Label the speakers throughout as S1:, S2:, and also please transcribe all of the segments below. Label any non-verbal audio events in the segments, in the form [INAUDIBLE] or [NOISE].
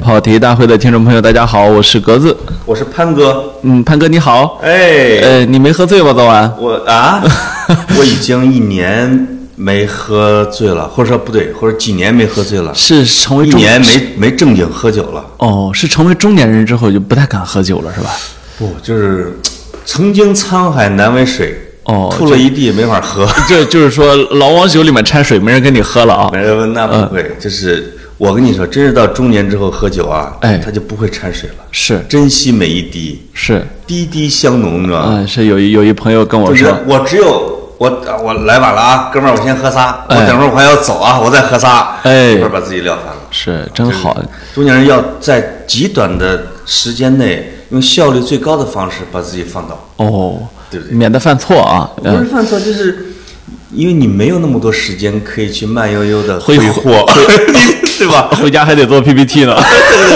S1: 跑题大会的听众朋友，大家好，我是格子。
S2: 我是潘哥，
S1: 嗯，潘哥你好。
S2: 哎，
S1: 呃，你没喝醉吧？昨晚？
S2: 我 [LAUGHS] 啊，我已经一年没喝醉了，或者说不对，或者几年没喝醉了，
S1: 是成为
S2: 一
S1: 中
S2: 年没没正经喝酒了。
S1: 哦，是成为中年人之后就不太敢喝酒了，是吧？
S2: 不，就是曾经沧海难为水，
S1: 哦
S2: 吐了一地没法喝。
S1: 这就是说老往酒里面掺水，没人跟你喝了啊。
S2: 没人问， [LAUGHS] 那不会，就是我跟你说，真是到中年之后喝酒啊，
S1: 哎
S2: 他就不会掺水了，
S1: 是
S2: 珍惜每一滴，
S1: 是，
S2: 滴滴香浓，你知道吗？
S1: 嗯，是有一有一朋友跟我
S2: 就是
S1: 说，
S2: 我只有我我来晚了啊，哥们儿，我先喝仨，我
S1: 哎
S2: 等会儿我还要走啊，我再喝仨，
S1: 哎
S2: 一会儿把自己撂翻了。
S1: 是真好，
S2: 中年人要在极短的时间内，用效率最高的方式把自己放倒，
S1: 哦，
S2: 对不对
S1: 免得犯错啊。
S2: 不
S1: 嗯
S2: 是，犯错，就是因为你没有那么多时间可以去慢悠悠的
S1: 挥
S2: 霍， [LAUGHS]
S1: [LAUGHS]
S2: 对吧？
S1: 回家还得做 PPT [LAUGHS] 呢，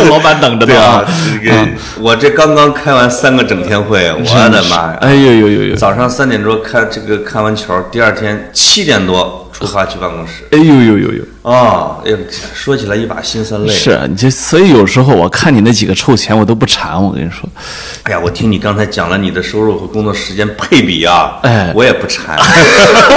S1: 老板等着
S2: 对
S1: 呢
S2: 啊，。这
S1: 嗯
S2: 个我这刚刚开完三个整天会，我的妈呀！
S1: 哎呦呦呦呦！
S2: 早上三点多看这个看完球，第二天七点多出发去办公室。
S1: 哎呦呦呦呦！
S2: 啊，哎呦，说起来一把辛酸泪。，
S1: 是啊你这，所以有时候我看你那几个臭钱，我都不馋。我跟你说，
S2: 哎呀，我听你刚才讲了你的收入和工作时间配比啊，
S1: 哎
S2: 我也
S1: [LAUGHS]
S2: 不馋，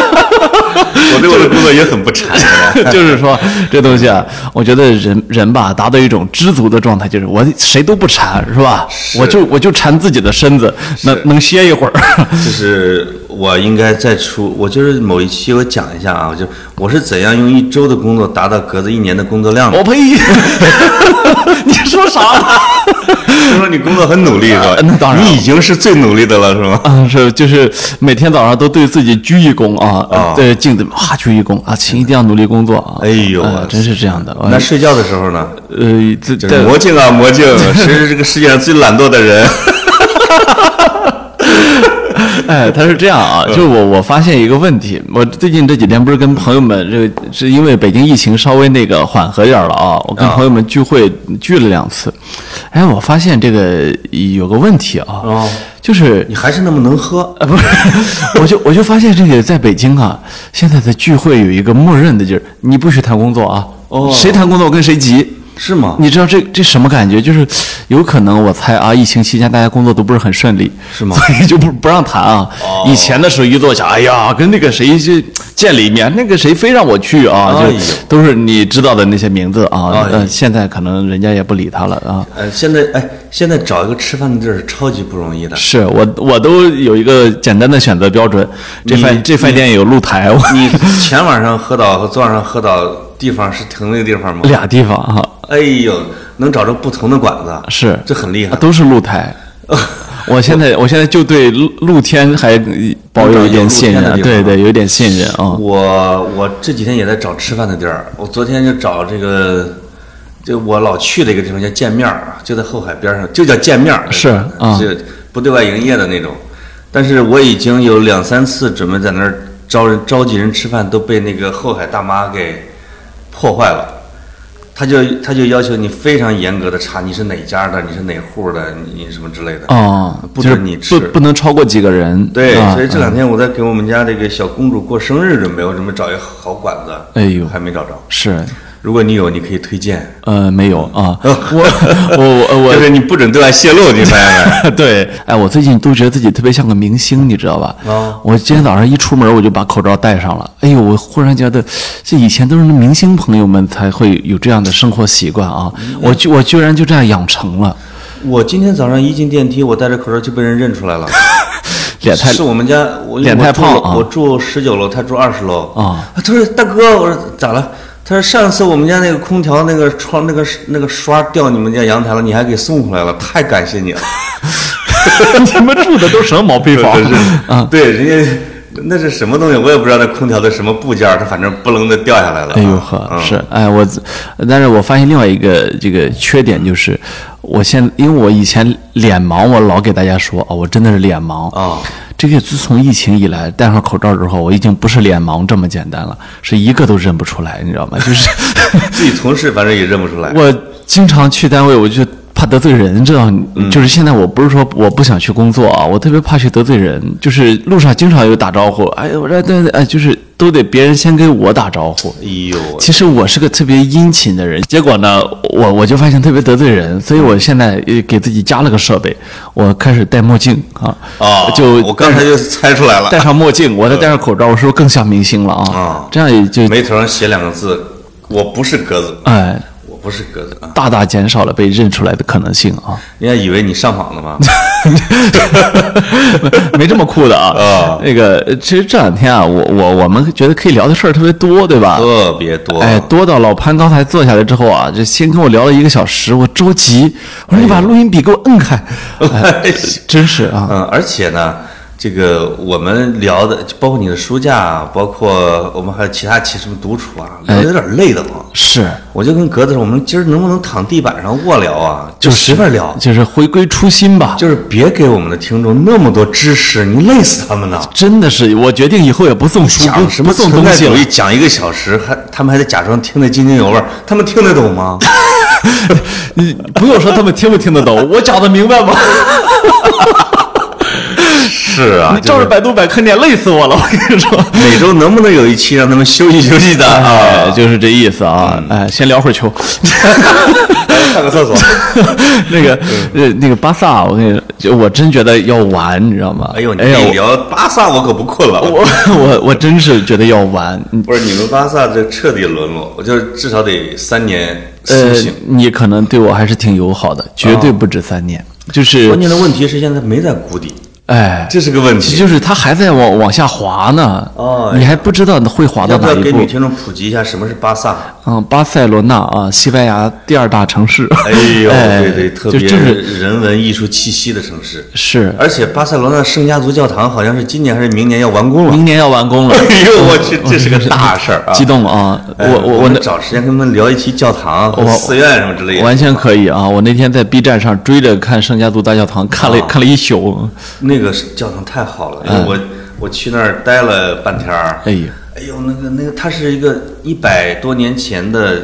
S2: 我对我的工作也很不馋。
S1: [LAUGHS] 就是说这东西啊，我觉得人人吧，达到一种知足的状态，就是我谁都不馋，是吧？我就我就馋自己的身子，能能歇一会
S2: [LAUGHS]
S1: 儿。
S2: 就是我应该再出，我就是某一期我讲一下啊，我就我是怎样用一周的工作达到格子一年的工作量的。
S1: 我
S2: [LAUGHS]
S1: 呸！你说啥呢？
S2: 听说你工作很努力是吧
S1: 啊？那当然了
S2: 你已经是最努力的了是吗？
S1: 啊，是就是每天早上都对自己鞠一躬啊，
S2: 啊
S1: 对镜子哇鞠一躬啊，请一定要努力工作啊！
S2: 哎呦
S1: 啊
S2: 我
S1: 真是这样的。
S2: 那睡觉的时候呢？
S1: 呃，这
S2: 就是
S1: 这
S2: 魔镜啊，魔
S1: [LAUGHS]
S2: 镜，谁是这个世界上最懒惰的人？
S1: 哎，他是这样啊，就是我我发现一个问题，我最近这几天不是跟朋友们，这个是因为北京疫情稍微那个缓和点儿了啊，我跟朋友们聚会聚了两次，哎，我发现这个有个问题啊，
S2: 哦 [LAUGHS]
S1: 就是
S2: 你还是那么能喝，
S1: 啊，不是，我就我就发现这个在北京啊，现在的聚会有一个默认的就是你不许谈工作啊，
S2: 哦
S1: 谁谈工作跟谁急。
S2: 是吗？
S1: 啊你知道这这什么感觉？就是有可能我猜啊，疫情期间大家工作都不是很顺利，
S2: 是吗
S1: 所以就不不让谈啊。
S2: 哦
S1: 以前的时候一坐下，哎呀，跟那个谁去见了一面，那个谁非让我去啊，
S2: 哎呦
S1: 就都是你知道的那些名字啊。
S2: 哎呦
S1: 呃，现在可能人家也不理他了啊。
S2: 呃，现在哎，现在找一个吃饭的地儿是超级不容易的。
S1: 是我我都有一个简单的选择标准，这
S2: 你
S1: 饭这饭店有露台，我
S2: 你前晚上喝倒和昨晚上喝倒地方是同一个地方吗？
S1: 俩地方哈、
S2: 哎呦，能找着不同的馆子，
S1: 是
S2: 这很厉害。
S1: 啊都是露
S2: [LAUGHS]
S1: 台。我现在我现在就对露露天还保有一点信任啊，
S2: 有露天的地方
S1: 对对，有一点信任啊。
S2: 我我这几天也在找吃饭的地儿，我昨天就找这个，就我老去的一个地方叫见面儿，啊就在后海边上，就叫见面儿，
S1: 是啊
S2: 是不对外营业的那种。但是我已经有两三次准备在那儿招人召集人吃饭，都被那个后海大妈给破坏了。他就他就要求你非常严格的查你是哪家的，你是哪户的，你你什么之类的。
S1: 哦，
S2: 不
S1: 就是
S2: 准你
S1: 不
S2: 吃
S1: 不能超过几个人。
S2: 对，
S1: 啊
S2: 所以这两天我在给我们家这个小公主过生日，准备我准备找一个好馆子，
S1: 哎呦
S2: 还没找着。
S1: 是
S2: 如果你有，你可以推荐。
S1: 呃没有啊，我我呃
S2: [LAUGHS]
S1: 我
S2: 就
S1: 我
S2: 是你不准对外泄露，你发现
S1: [LAUGHS]
S2: 没？ [LAUGHS]
S1: 对，哎，我最近都觉得自己特别像个明星，你知道吧？
S2: 哦
S1: 我今天早上一出门我就把口罩戴上了。哎呦，我忽然觉得，这以前都是明星朋友们才会有这样的生活习惯啊，
S2: 嗯
S1: 我居我居然就这样养成了，
S2: 我今天早上一进电梯，我戴着口罩就被人认出来了。
S1: [LAUGHS] 脸太
S2: 是我们家，我
S1: 脸太胖啊
S2: 我住十九楼，他住二十楼
S1: 啊。
S2: 他说：“大哥，我说咋了？”他说：“上次我们家那个空调那个窗那个那个刷掉你们家阳台了，你还给送回来了，太感谢你了。”
S1: [LAUGHS] 你们住的都什么毛坯房？
S2: 啊，对，人家那是什么东西，我也不知道那空调的什么部件儿，它反正不楞的掉下来了啊。
S1: 哎呦呵，
S2: 嗯
S1: 是哎我，但是我发现另外一个这个缺点就是，我现因为我以前脸盲，我老给大家说啊、我真的是脸盲
S2: 啊
S1: 这个自从疫情以来，戴上口罩之后，我已经不是脸盲这么简单了，是一个都认不出来，你知道吗？就是
S2: 自己同事反正也认不出来。
S1: 我经常去单位，我就怕得罪人，知道？就是现在我不是说我不想去工作啊，我特别怕去得罪人，就是路上经常有打招呼，哎，我这对对，哎，就是都得别人先给我打招呼。
S2: 哎呦，
S1: 其实我是个特别殷勤的人，结果呢，我我就发现特别得罪人，所以我现在也给自己加了个设备，我开始戴墨镜啊，
S2: 啊，
S1: 就
S2: 我刚才就猜出来了
S1: 戴，上墨镜，我再戴上口罩，我是不是更像明星了啊
S2: 啊？
S1: 这样也就
S2: 眉头上写两个字，我不是鸽子，
S1: 哎，
S2: 我不是鸽子啊！
S1: 大大减少了被认出来的可能性啊，
S2: 人家以为你上
S1: [LAUGHS]
S2: 访了吗？
S1: 没没这么酷的啊
S2: 啊。
S1: 那个，其实这两天啊，我我我们觉得可以聊的事儿特别多，对吧？
S2: 特别多，
S1: 哎，多到老潘刚才坐下来之后啊，这先跟我聊了一个小时，我着急，我说你把录音笔给我摁
S2: [LAUGHS]
S1: 开，哎真是啊，
S2: 嗯，而且呢，这个我们聊的，包括你的书架啊，包括我们还有其他其什么独处啊，聊的有点累得慌。
S1: 是，
S2: 我就跟格子说，我们今儿能不能躺地板上卧聊啊？
S1: 就
S2: 就是随便聊，
S1: 就是回归初心吧。
S2: 就是别给我们的听众那么多知识，你累死他们了。
S1: 真的是，我决定以后也不送书，不
S2: 讲什么
S1: 不送
S2: 存
S1: 东
S2: 在
S1: 西
S2: 主
S1: 了
S2: 义，。讲一个小时，还他们还得假装听得津津有味儿，他们听得懂吗？
S1: 你不用说他们听不听得懂，我讲的明白吗？
S2: 是啊，
S1: 你照着百度百科念，累死我了！我跟你说，
S2: 每周能不能有一期让他们休 [LAUGHS] 息休息的
S1: 哎，
S2: 啊？
S1: 就是这意思啊。哎，先聊会儿球。 [LAUGHS]
S2: 哎上个厕 [LAUGHS] 所。
S1: 那个
S2: 嗯
S1: 呃，那个巴萨，我跟你说，就我真觉得要完，你知道吗？
S2: 哎呦，你
S1: 哎呀，
S2: 一
S1: 我
S2: 聊巴萨，我可不困了。
S1: 我我我真是觉得要完。
S2: 不是你们巴萨这彻底沦落，我就是至少得三年
S1: 呃
S2: 苏醒。，
S1: 你可能对我还是挺友好的，绝
S2: 哦
S1: 对不止三年。就是
S2: 关键的问题是现在没在谷底，
S1: 哎，
S2: 这是个问题。
S1: 就是他还在往往下滑呢。
S2: 哦
S1: 你还不知道会滑到
S2: 要不
S1: 哪
S2: 要
S1: 一
S2: 给
S1: 步
S2: 女。听众普及一下什么是巴萨？
S1: 嗯，巴塞罗那啊，西班牙第二大城市。
S2: 哎呦，
S1: [LAUGHS] 哎
S2: 对对，特
S1: 就
S2: 别
S1: 就是
S2: 人文艺术气息的城市。
S1: 是，
S2: 而且巴塞罗那圣家族教堂好像是今年还是明年要完工了。
S1: 明年要完工了。
S2: [LAUGHS]
S1: 嗯
S2: 哎呦，我去，这是个大事儿啊！
S1: 激动啊！我
S2: 哎
S1: 我
S2: 我
S1: 我那
S2: 们找时间跟他们聊一期教堂、啊和
S1: 我
S2: 寺院什么之类的。
S1: 完全可以啊！我那天在 B 站上追着看圣家族大教堂，看了
S2: 啊
S1: 看了一宿。
S2: 那个是教堂太好了，因为我我去那儿待了半天儿。
S1: 哎呀，
S2: 嗯哎呦，那个那个，它是一个一百多年前的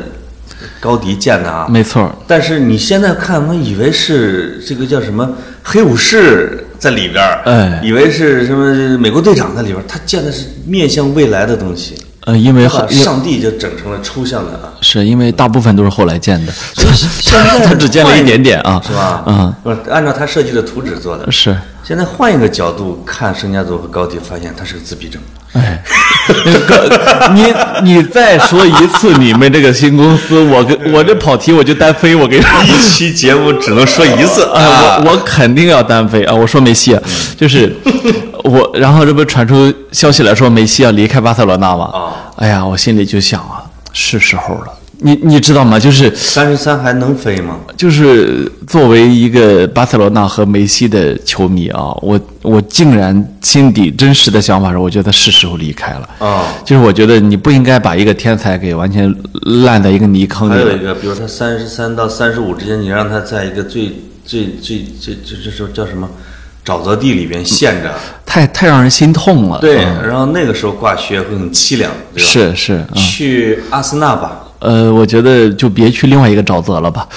S2: 高迪建的啊，
S1: 没错儿，
S2: 但是你现在看，我们以为是这个叫什么黑武士在里边儿，
S1: 哎
S2: 以为是什么美国队长在里边儿，他建的是面向未来的东西，
S1: 呃，因为
S2: 把
S1: 后因
S2: 上帝就整成了抽象的
S1: [LAUGHS]
S2: 啊。
S1: 是因为大部分都是后来建
S2: [LAUGHS]
S1: 的，
S2: 现在
S1: 他只建了一点点啊，
S2: [LAUGHS] 是吧？
S1: 嗯，
S2: 不是按照他设计的图纸做的。
S1: 是， [LAUGHS]
S2: 现在换一个角度看盛家族和高迪，发现他是个自闭症。 [LAUGHS]
S1: 哎，那个你你再说一次你们这个新公司，我跟我这跑题我就单飞，我跟你说。
S2: 一期节目只
S1: [LAUGHS]
S2: 能说一次嗯
S1: 啊，！我我肯定要单飞啊！我说梅西啊，
S2: [LAUGHS]
S1: 就是我，然后这不传出消息来说梅西要离开巴塞罗那吗？
S2: 啊
S1: 哎呀，我心里就想啊，是时候了。你你知道吗？就是
S2: 三十三还能飞吗？
S1: 就是作为一个巴塞罗那和梅西的球迷啊，我我竟然心底真实的想法是，我觉得是时候离开了。
S2: 啊，
S1: 就是我觉得你不应该把一个天才给完全烂在一个泥坑
S2: 还
S1: 里
S2: 有
S1: 了
S2: 一。个，比如他三十三到三十五之间，你让他在一个最最最最这这这叫什么沼泽地里边陷着，
S1: 太太让人心痛了。
S2: 对，
S1: 嗯
S2: 然后那个时候挂靴会很凄凉，对吧？
S1: 是是，嗯
S2: 去阿森纳吧，
S1: 呃，我觉得就别去另外一个沼泽了
S2: [LAUGHS]
S1: 吧。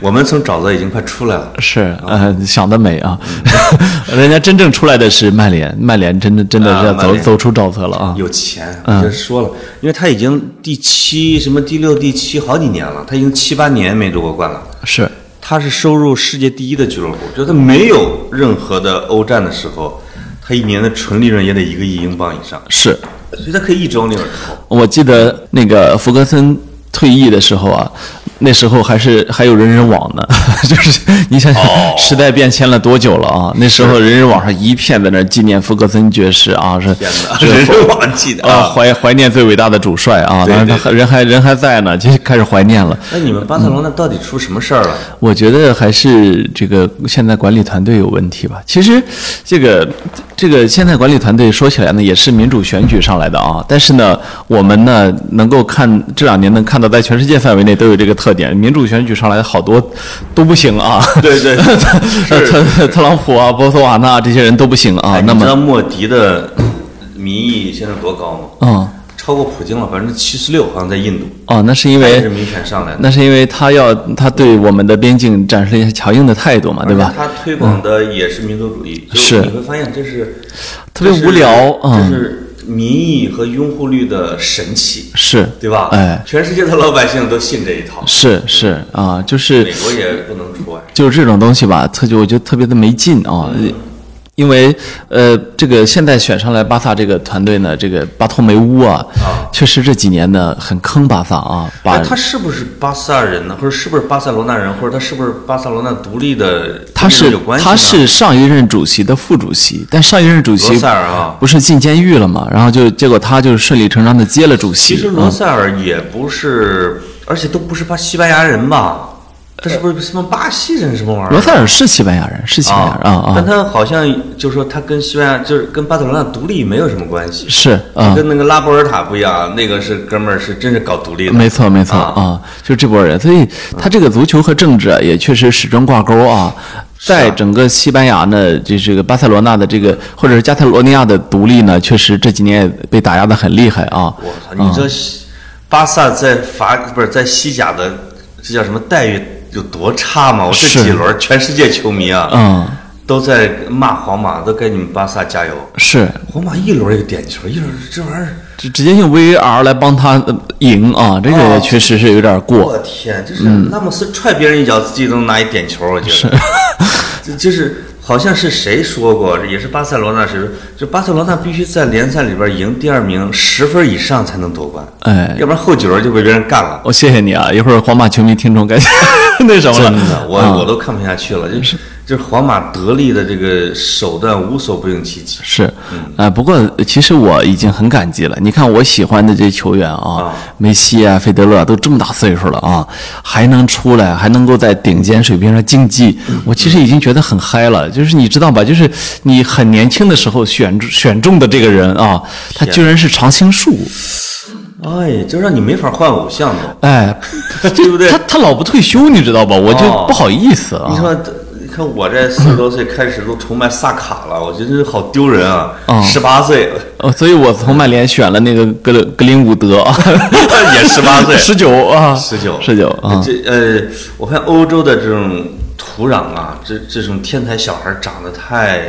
S2: 我们从沼泽已经快出来了。
S1: 是， [LAUGHS] 呃，
S2: 嗯
S1: 想得美啊！ [LAUGHS] 人家真正出来的是曼联，曼联真的真的是要
S2: 啊曼
S1: 走
S2: 联
S1: 走出沼泽了啊！
S2: 有钱，我就说了，因为他已经第七什么第六、第七好几年了，他已经七八年没夺过冠了。
S1: 是，
S2: 他是收入世界第一的俱乐部，就是他没有任何的欧战的时候，他一年的纯利润也得一个亿英镑以上，
S1: 是，
S2: 所以他可以一直往里边投。
S1: 我记得那个福格森退役的时候啊，那时候还是还有人人网呢， [LAUGHS] 就是你想想、
S2: 哦
S1: 时代变迁了多久了啊？那时候人人网上一片在那儿纪念福格森爵士啊，是
S2: 天 [LAUGHS] 哪，
S1: 是
S2: 人人忘记的
S1: 啊！怀怀念最伟大的主帅啊，
S2: 对
S1: 当然
S2: 对
S1: 他人还人还在呢，就开始怀念了。
S2: 那你们巴塞罗那到底出什么事儿了？
S1: 我觉得还是这个现在管理团队有问题吧。其实，这个这个现在管理团队说起来呢，也是民主选举上来的啊。但是呢，我们呢能够看这两年能看到，在全世界范围内都有这个特点，民主选举上来的好多都不行啊。
S2: [LAUGHS]
S1: [LAUGHS]
S2: 对对是
S1: 特特朗普啊、波斯瓦纳这些人都不行啊
S2: 哎。
S1: 那
S2: 你知道
S1: 么，
S2: 莫迪的民意现在多高吗？
S1: 嗯，
S2: 超过普京了，百分之七十六，好像在印度，
S1: 哦，那是因
S2: 他也
S1: 为
S2: 是民选上来的。
S1: 那是因为他要他对我们的边境展示了一下强硬的态度嘛，对吧？嗯
S2: 而且他推广的也是民族主义，就是你会发现这是
S1: 特别无聊
S2: 这是
S1: 嗯
S2: 这是民意和拥护率的神器，
S1: 是
S2: 对吧？
S1: 哎，
S2: 全世界的老百姓都信这一套，
S1: 是是啊，就是
S2: 美国也不能除外。
S1: 就是这种东西吧，特就我觉得特别的没劲啊。因为，呃，这个现在选上来巴萨这个团队呢，这个巴托梅乌啊，
S2: 啊
S1: 确实这几年呢很坑巴萨啊，把
S2: 那哎他是不是巴萨人呢？或者是不是巴塞罗那人？或者他是不是巴塞罗那独立的？
S1: 他是
S2: 有关系呢
S1: 他是上一任主席的副主席，但上一任主席
S2: 罗塞尔啊。
S1: 不是进监狱了嘛，然后就结果他就顺理成章的接了主席。
S2: 其实罗塞尔也不是，而且都不是巴西班牙人吧？他是不是什么巴西人什么玩意儿？
S1: 嗯罗塞尔是西班牙人，是西班牙人啊啊，
S2: 但他好像就说他跟西班牙就是跟巴塞罗那独立没有什么关系，
S1: 是啊，
S2: 跟那个拉波尔塔不一样，那个是哥们儿是真是搞独立的，
S1: 没错没错
S2: 啊
S1: 啊，就这波人，所以他这个足球和政治啊也确实始终挂钩啊。在整个西班牙呢，就这个巴塞罗那的这个，或者是加泰罗尼亚的独立呢，确实这几年也被打压的很厉害啊。
S2: 我操，你这西巴萨在法不是在西甲的这叫什么待遇有多差吗？我这
S1: 是
S2: 几轮全世界球迷啊，
S1: 嗯，
S2: 都在骂皇马，都该你们巴萨加油。
S1: 是，
S2: 皇马一轮一个点球，一轮这玩意儿，
S1: 直直接用 VAR 来帮他呃赢啊，哦这个也
S2: 哦
S1: 确实是有点过。
S2: 我天，就是
S1: 嗯
S2: 拉莫斯踹别人一脚，自己能拿一点球，我 [LAUGHS] 觉得，就就是好像是谁说过，也是巴塞罗那谁说，就巴塞罗那必须在联赛里边赢第二名十分以上才能夺冠，
S1: 哎，
S2: 要不然后几轮就被别人干了。
S1: 我谢谢你啊，一会儿皇马球迷听 [LAUGHS] 众该那什么
S2: 真
S1: 了。
S2: 的，我、
S1: 啊
S2: 我都看不下去了，就是就是皇马得力的这个手段无所不用其极。
S1: 是，
S2: 嗯
S1: 呃，不过呃其实我已经很感激了。你看我喜欢的这些球员啊
S2: 啊，
S1: 梅西啊、费德勒啊都这么大岁数了啊，还能出来，还能够在顶尖水平上竞技，
S2: 嗯
S1: 我其实已经觉得很嗨了。就是你知道吧，就是你很年轻的时候选选中的这个人啊，他居然是常青树，
S2: 哎，就让你没法换偶像了。
S1: 哎，
S2: [LAUGHS] 对不对
S1: 他他老不退休，你知道吧？我就
S2: 哦
S1: 不好意思啊。
S2: 你说，你看我这四十多岁开始都崇拜萨卡了，我觉得好丢人啊！十八岁 [LAUGHS]
S1: 哦，所以我从曼联选了那个格林格林伍德啊，
S2: 也十八岁，
S1: 十九啊，
S2: 十九，
S1: 十九啊，
S2: 这呃，我看欧洲的这种土壤啊，这这种天才小孩长得太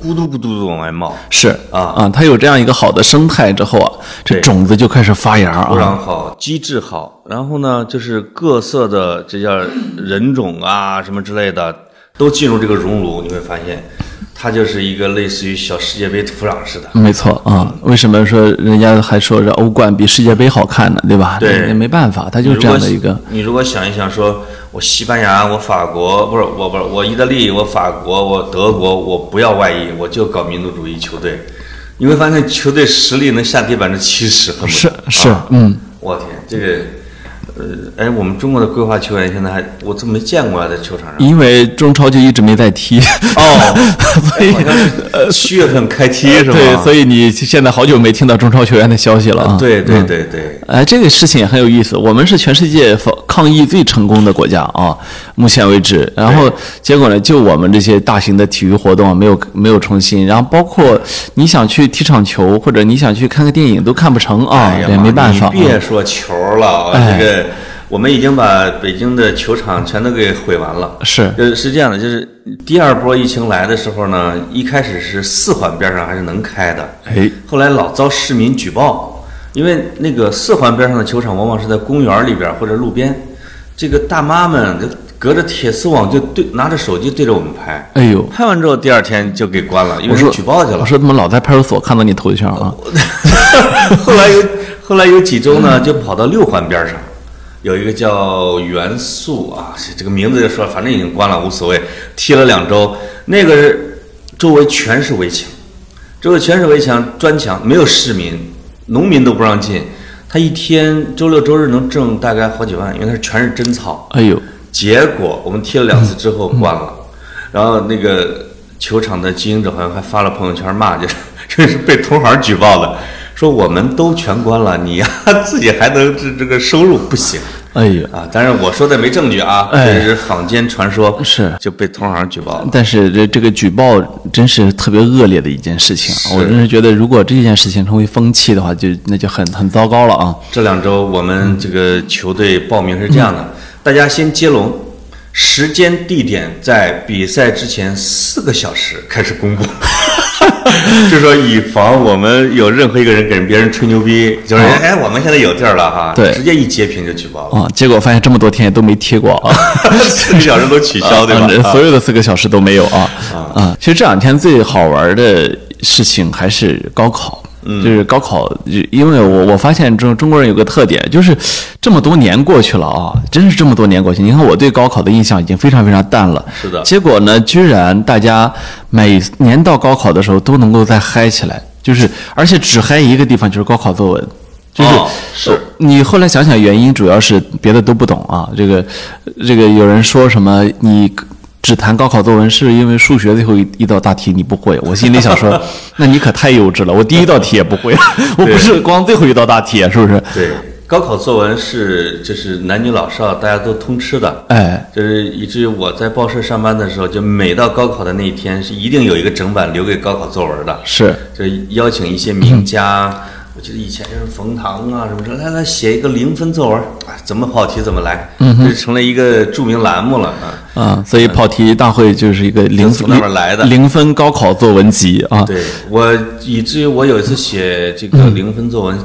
S2: 咕嘟咕嘟的往外冒，
S1: 是
S2: 啊
S1: 啊，它有这样一个好的生态之后啊，这
S2: 对
S1: 种子就开始发芽
S2: 土
S1: 啊。
S2: 壤好，机制好，然后呢，就是各色的这叫人种啊什么之类的，都进入这个熔炉，你会发现，它就是一个类似于小世界杯土壤似的。
S1: 没错啊，为什么说人家还说是欧冠比世界杯好看呢？对吧？
S2: 对
S1: 那没办法，它就是这样的一个。
S2: 你如果想一想说，我西班牙，我法国，不是我不是我意大利，我法国，我德国，我不要外裔，我就搞民族主义球队，你会发现球队实力能下跌百分之七十，恨不得
S1: 是是
S2: 啊
S1: 嗯，
S2: 我天，这个。呃，哎，我们中国的规划球员现在还我怎么没见过啊，在球场上？
S1: 因为中超就一直没在踢，
S2: 哦，
S1: 所以
S2: 好像是七月份开踢
S1: [LAUGHS]
S2: 是吧？
S1: 对，所以你现在好久没听到中超球员的消息了啊。
S2: 对对
S1: 嗯
S2: 对对，
S1: 哎，这个事情也很有意思。我们是全世界防抗疫最成功的国家啊，目前为止。然后结果呢，就我们这些大型的体育活动啊，没有没有重新。然后包括你想去踢场球，或者你想去看个电影，都看不成啊，
S2: 哎呀
S1: 也
S2: 妈
S1: 没办法啊。
S2: 你别说球了，
S1: 哎
S2: 这个我们已经把北京的球场全都给毁完了。
S1: 是
S2: 呃，是这样的，就是第二波疫情来的时候呢，一开始是四环边上还是能开的，
S1: 哎，
S2: 后来老遭市民举报，因为那个四环边上的球场往往是在公园里边或者路边，这个大妈们就隔着铁丝网就对拿着手机对着我们拍，
S1: 哎呦，
S2: 拍完之后第二天就给关了，因
S1: 我
S2: 为
S1: 说
S2: 是举报去了
S1: 我。说怎么老在派出所看到你头像啊？
S2: [LAUGHS] 后来有后来有几周呢，就跑到六环边上，有一个叫元素啊，这个名字就说反正已经关了，无所谓。踢了两周，那个是周围全是围墙，周围全是围墙砖墙，没有市民，农民都不让进。他一天周六周日能挣大概好几万，因为他是全是真草。
S1: 哎呦，
S2: 结果我们踢了两次之后关了，然后那个球场的经营者好像还发了朋友圈骂，就是 [LAUGHS] 这是被同行举报的，说我们都全关了，你呀、自己还能这这个收入不行
S1: 哎呦。
S2: 啊！当然我说的没证据啊，
S1: 哎
S2: 这是坊间传说，
S1: 是
S2: 就被同行举报了。
S1: 但是这这个举报真是特别恶劣的一件事情啊，
S2: 是
S1: 我真是觉得，如果这件事情成为风气的话，就那就很很糟糕了啊。
S2: 这两周我们这个球队报名是这样的，大家先接龙，时 [LAUGHS] 间地点在比赛之前四个小时开始公布。就是说以防我们有任何一个人给别人吹牛逼，就是
S1: 啊
S2: 哎，我们现在有地儿了哈，
S1: 对
S2: 直接一截屏就举 [LAUGHS] 报了，
S1: 啊、结果发现这么多天也都没贴过
S2: [LAUGHS]
S1: 啊。
S2: 四个小时都取消，对吧？
S1: 啊
S2: 啊
S1: 所有的四个小时都没有啊啊！其实这两天最好玩的事情还是高考。
S2: 嗯
S1: 就是高考，因为我我发现中中国人有个特点，就是这么多年过去了啊，真是这么多年过去。你看我对高考的印象已经非常非常淡了。
S2: 是的
S1: 结果呢，居然大家每年到高考的时候都能够再嗨起来，就是而且只嗨一个地方，就是高考作文。就是、
S2: 哦是
S1: 呃你后来想想，原因主要是别的都不懂啊。这个这个有人说什么你只谈高考作文，是因为数学最后一一道大题你不会。我心里想
S2: [LAUGHS]
S1: 说，那你可太幼稚了，我第一道题也不会，我不是光最后一道大题，是不是？
S2: 对，高考作文是就是男女老少大家都通吃的，
S1: 哎，
S2: 就是以至于我在报社上班的时候，就每到高考的那一天，是一定有一个整版留给高考作文的，
S1: 是
S2: 就是邀请一些名家，我记得以前就是冯唐啊什么说，来来写一个零分作文，啊，怎么跑题怎么来，这成了一个著名栏目了啊。
S1: 啊，所以跑题大会就是一个零
S2: 从那边来的
S1: 零分高考作文集啊。嗯
S2: 对我，以至于我有一次写这个零分作文，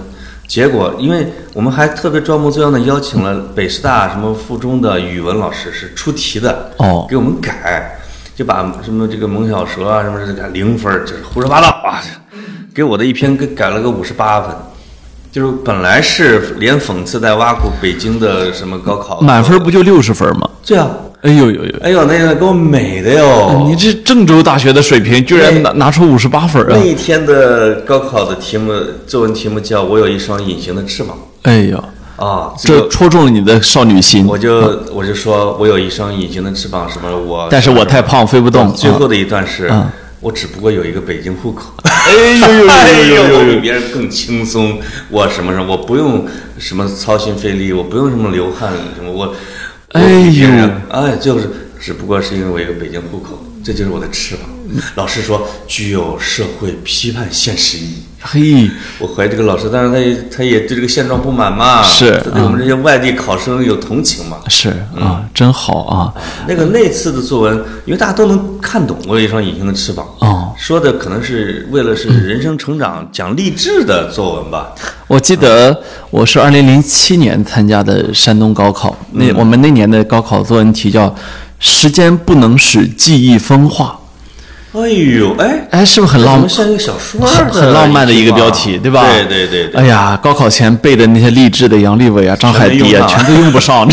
S2: 结果因为我们还特别装模作样的邀请了北师大什么附中的语文老师是出题的，
S1: 哦
S2: 给我们改，就把什么这个萌小蛇啊什么这改零分儿，就是胡说八道啊，给我的一篇给改了个五十八分。就是本来是连讽刺带挖苦北京的什么高考
S1: 满分不就六十分吗？
S2: 对啊，
S1: 哎呦呦呦！
S2: 哎呦那个给我美的哟，
S1: 哎你这郑州大学的水平居然
S2: 对
S1: 拿拿出五十八分
S2: 那
S1: 啊！
S2: 一天的高考的题目，作文题目叫“我有一双隐形的翅膀
S1: 哎呦，”
S2: 啊，这
S1: 这
S2: 个
S1: 戳中了你的少女心。
S2: 我就我就说我有一双隐形的翅膀，什么我，
S1: 但是我太胖，飞不动。
S2: 最后的一段是
S1: 嗯，
S2: 我只不过有一个北京户口，
S1: [LAUGHS] 啊，哎呦呦
S2: 哎
S1: 呦
S2: 呦，
S1: 呦
S2: 我
S1: 呦
S2: 比
S1: 呦！
S2: 别人更轻松，我什么什么，我不用什么操心费力，我不用什么流汗什么，我，我
S1: 哎
S2: 比别人
S1: 呦
S2: 哎，就是只不过是因为我有个北京户口，这就是我的翅膀。老师说具有社会批判现实意义。
S1: [LAUGHS] 嘿，
S2: 我怀疑这个老师，但是他也他也对这个现状不满嘛，
S1: 是嗯
S2: 他对我们这些外地考生有同情嘛。
S1: 是啊，真好啊！
S2: 那个那次的作文，因为大家都能看懂，我有一双隐形的翅膀。
S1: 哦，
S2: 说的可能是为了是人生成长、讲励志的作文吧。
S1: 我记得我是二零零七年参加的山东高考，那我们那年的高考作文题叫“时间不能使记忆风化
S2: 哎呦，哎”，，
S1: 哎，是不是很
S2: 怎
S1: 浪
S2: 么像一个小说
S1: 很
S2: 儿的
S1: 很浪漫的一个标题，
S2: 句
S1: 对
S2: 话
S1: 吧？
S2: 对对对对。
S1: 哎呀，高考前背的那些励志的杨利伟啊、张海迪啊，全
S2: 全
S1: 都用不上。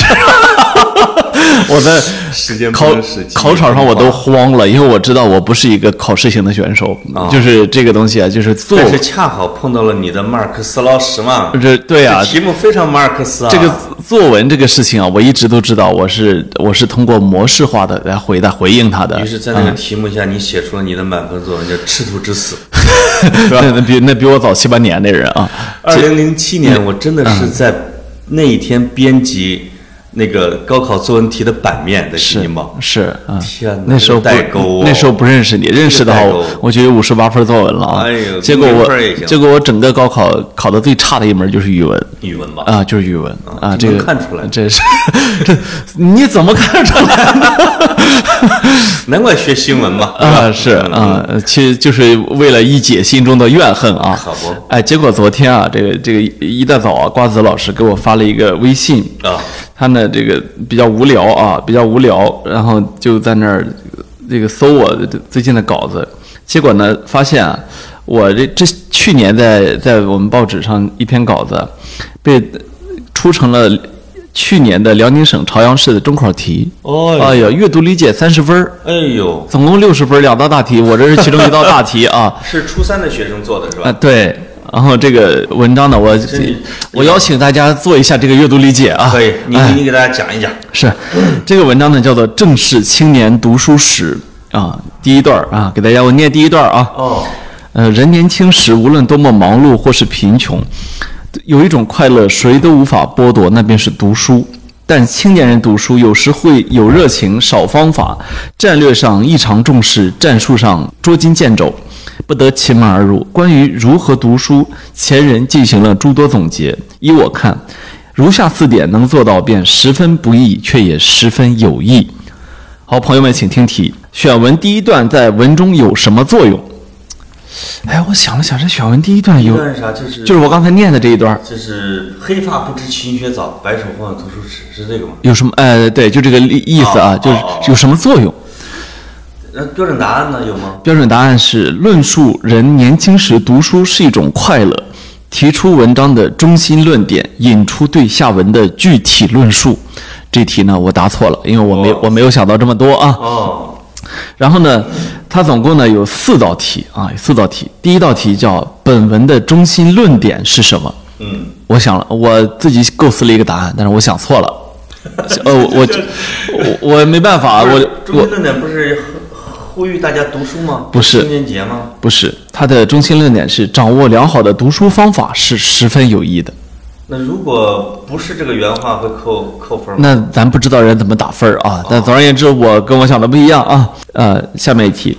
S1: [LAUGHS] 我在
S2: 时间不
S1: 哎考
S2: 能使记忆
S1: 考场上我都
S2: 风
S1: 慌了，因为我知道我不是一个考试型的选手，就是这个东西啊，就是做
S2: 但是恰好碰到了你的马尔克斯劳什嘛，
S1: 这对啊
S2: 这，题目非常马尔克斯啊。
S1: 这个作文这个事情啊，我一直都知道，我是我是通过模式化的来回答回应他的
S2: 于。是，
S1: 嗯
S2: 在那个题目下，你写出了你的满分作文，叫《赤兔之死》。
S1: [LAUGHS] 那那比那比我早七八年的人啊，
S2: 二零零七
S1: 嗯
S2: 年，我真的是在那一天编辑那个高考作文题的版面的新
S1: 是
S2: 京报。
S1: 是啊，
S2: 天哪
S1: 那时候不
S2: 这代沟哦
S1: 那时候不认识你，认识的话
S2: 代沟，
S1: 我就有五十八分作文了啊。
S2: 哎呦
S1: 结果
S2: 公民
S1: 我
S2: 分儿也行
S1: 结果我整个高考考的最差的一门就是语文
S2: 语文吧，
S1: 啊，就是语文啊，这
S2: 这能
S1: 个
S2: 看出来
S1: 这是 [LAUGHS] 这你怎么看出来呢？
S2: 难怪学新闻嘛。
S1: 啊，是
S2: 嗯
S1: 啊，其实就是为了一解心中的怨恨啊。
S2: 可不
S1: 哎，结果昨天啊，这个这个一大早啊，瓜子老师给我发了一个微信
S2: 啊，
S1: 他呢这个比较无聊啊，比较无聊，然后就在那儿这个搜我最近的稿子，结果呢发现啊，我这这去年在在我们报纸上一篇稿子被出成了去年的辽宁省朝阳市的中考题。
S2: 哦哟
S1: 哎呀，阅读理解三十分儿
S2: 哎呦，。
S1: 总共六十分，两道大题，我这是其中一道大题啊
S2: [LAUGHS] 是初三的学生做的是
S1: 啊，
S2: 吧？
S1: 对。然后这个文章呢，我
S2: 是
S1: 我邀请大家做一下这个阅读理解啊。
S2: 可以，你
S1: 哎
S2: 你给大家讲一讲。
S1: [LAUGHS] 是这个文章呢，叫做《正视青年读书史》啊，第一段儿啊，给大家我念第一段儿啊。
S2: 哦，
S1: 呃，人年轻时无论多么忙碌或是贫穷，有一种快乐谁都无法剥夺，那便是读书。但青年人读书有时会有热情，少方法，战略上异常重视，战术上捉襟见肘，不得其门而入。关于如何读书，前人进行了诸多总结。依我看，如下四点能做到，便十分不易，却也十分有益。好，朋友们，请听题：选文第一段在文中有什么作用？哎，我想了想，这选文第一段
S2: 一
S1: 有，
S2: 段是啥？啊就是
S1: 就是我刚才念的这一段，
S2: 就是黑发不知勤学早，白首方有读书迟，是这个吗？
S1: 有什么？呃，对，就这个意意思啊，
S2: 哦
S1: 就是
S2: 哦哦
S1: 有什么作用？
S2: 那标准答案呢？有吗？
S1: 标准答案是论述人年轻时读书是一种快乐，提出文章的中心论点，引出对下文的具体论述。这题呢，我答错了，因为我没
S2: 哦
S1: 我没有想到这么多啊。
S2: 哦，
S1: 然后呢，它总共呢有四道题啊，有四道题。第一道题叫本文的中心论点是什么？
S2: 嗯，
S1: 我想了，我自己构思了一个答案，但是我想错了。呃，我我我没办
S2: 啊
S1: 法，我
S2: 中
S1: 我
S2: 心论点不是呼吁大家读书吗？
S1: 不是
S2: 青年节吗？
S1: 不是，他的中心论点是掌握良好的读书方法是十分有益的。
S2: 那如果不是这个原话，会扣扣分吗？
S1: 那咱不知道人怎么打分儿啊。但总而言之，我跟我想的不一样啊。呃，下面一题，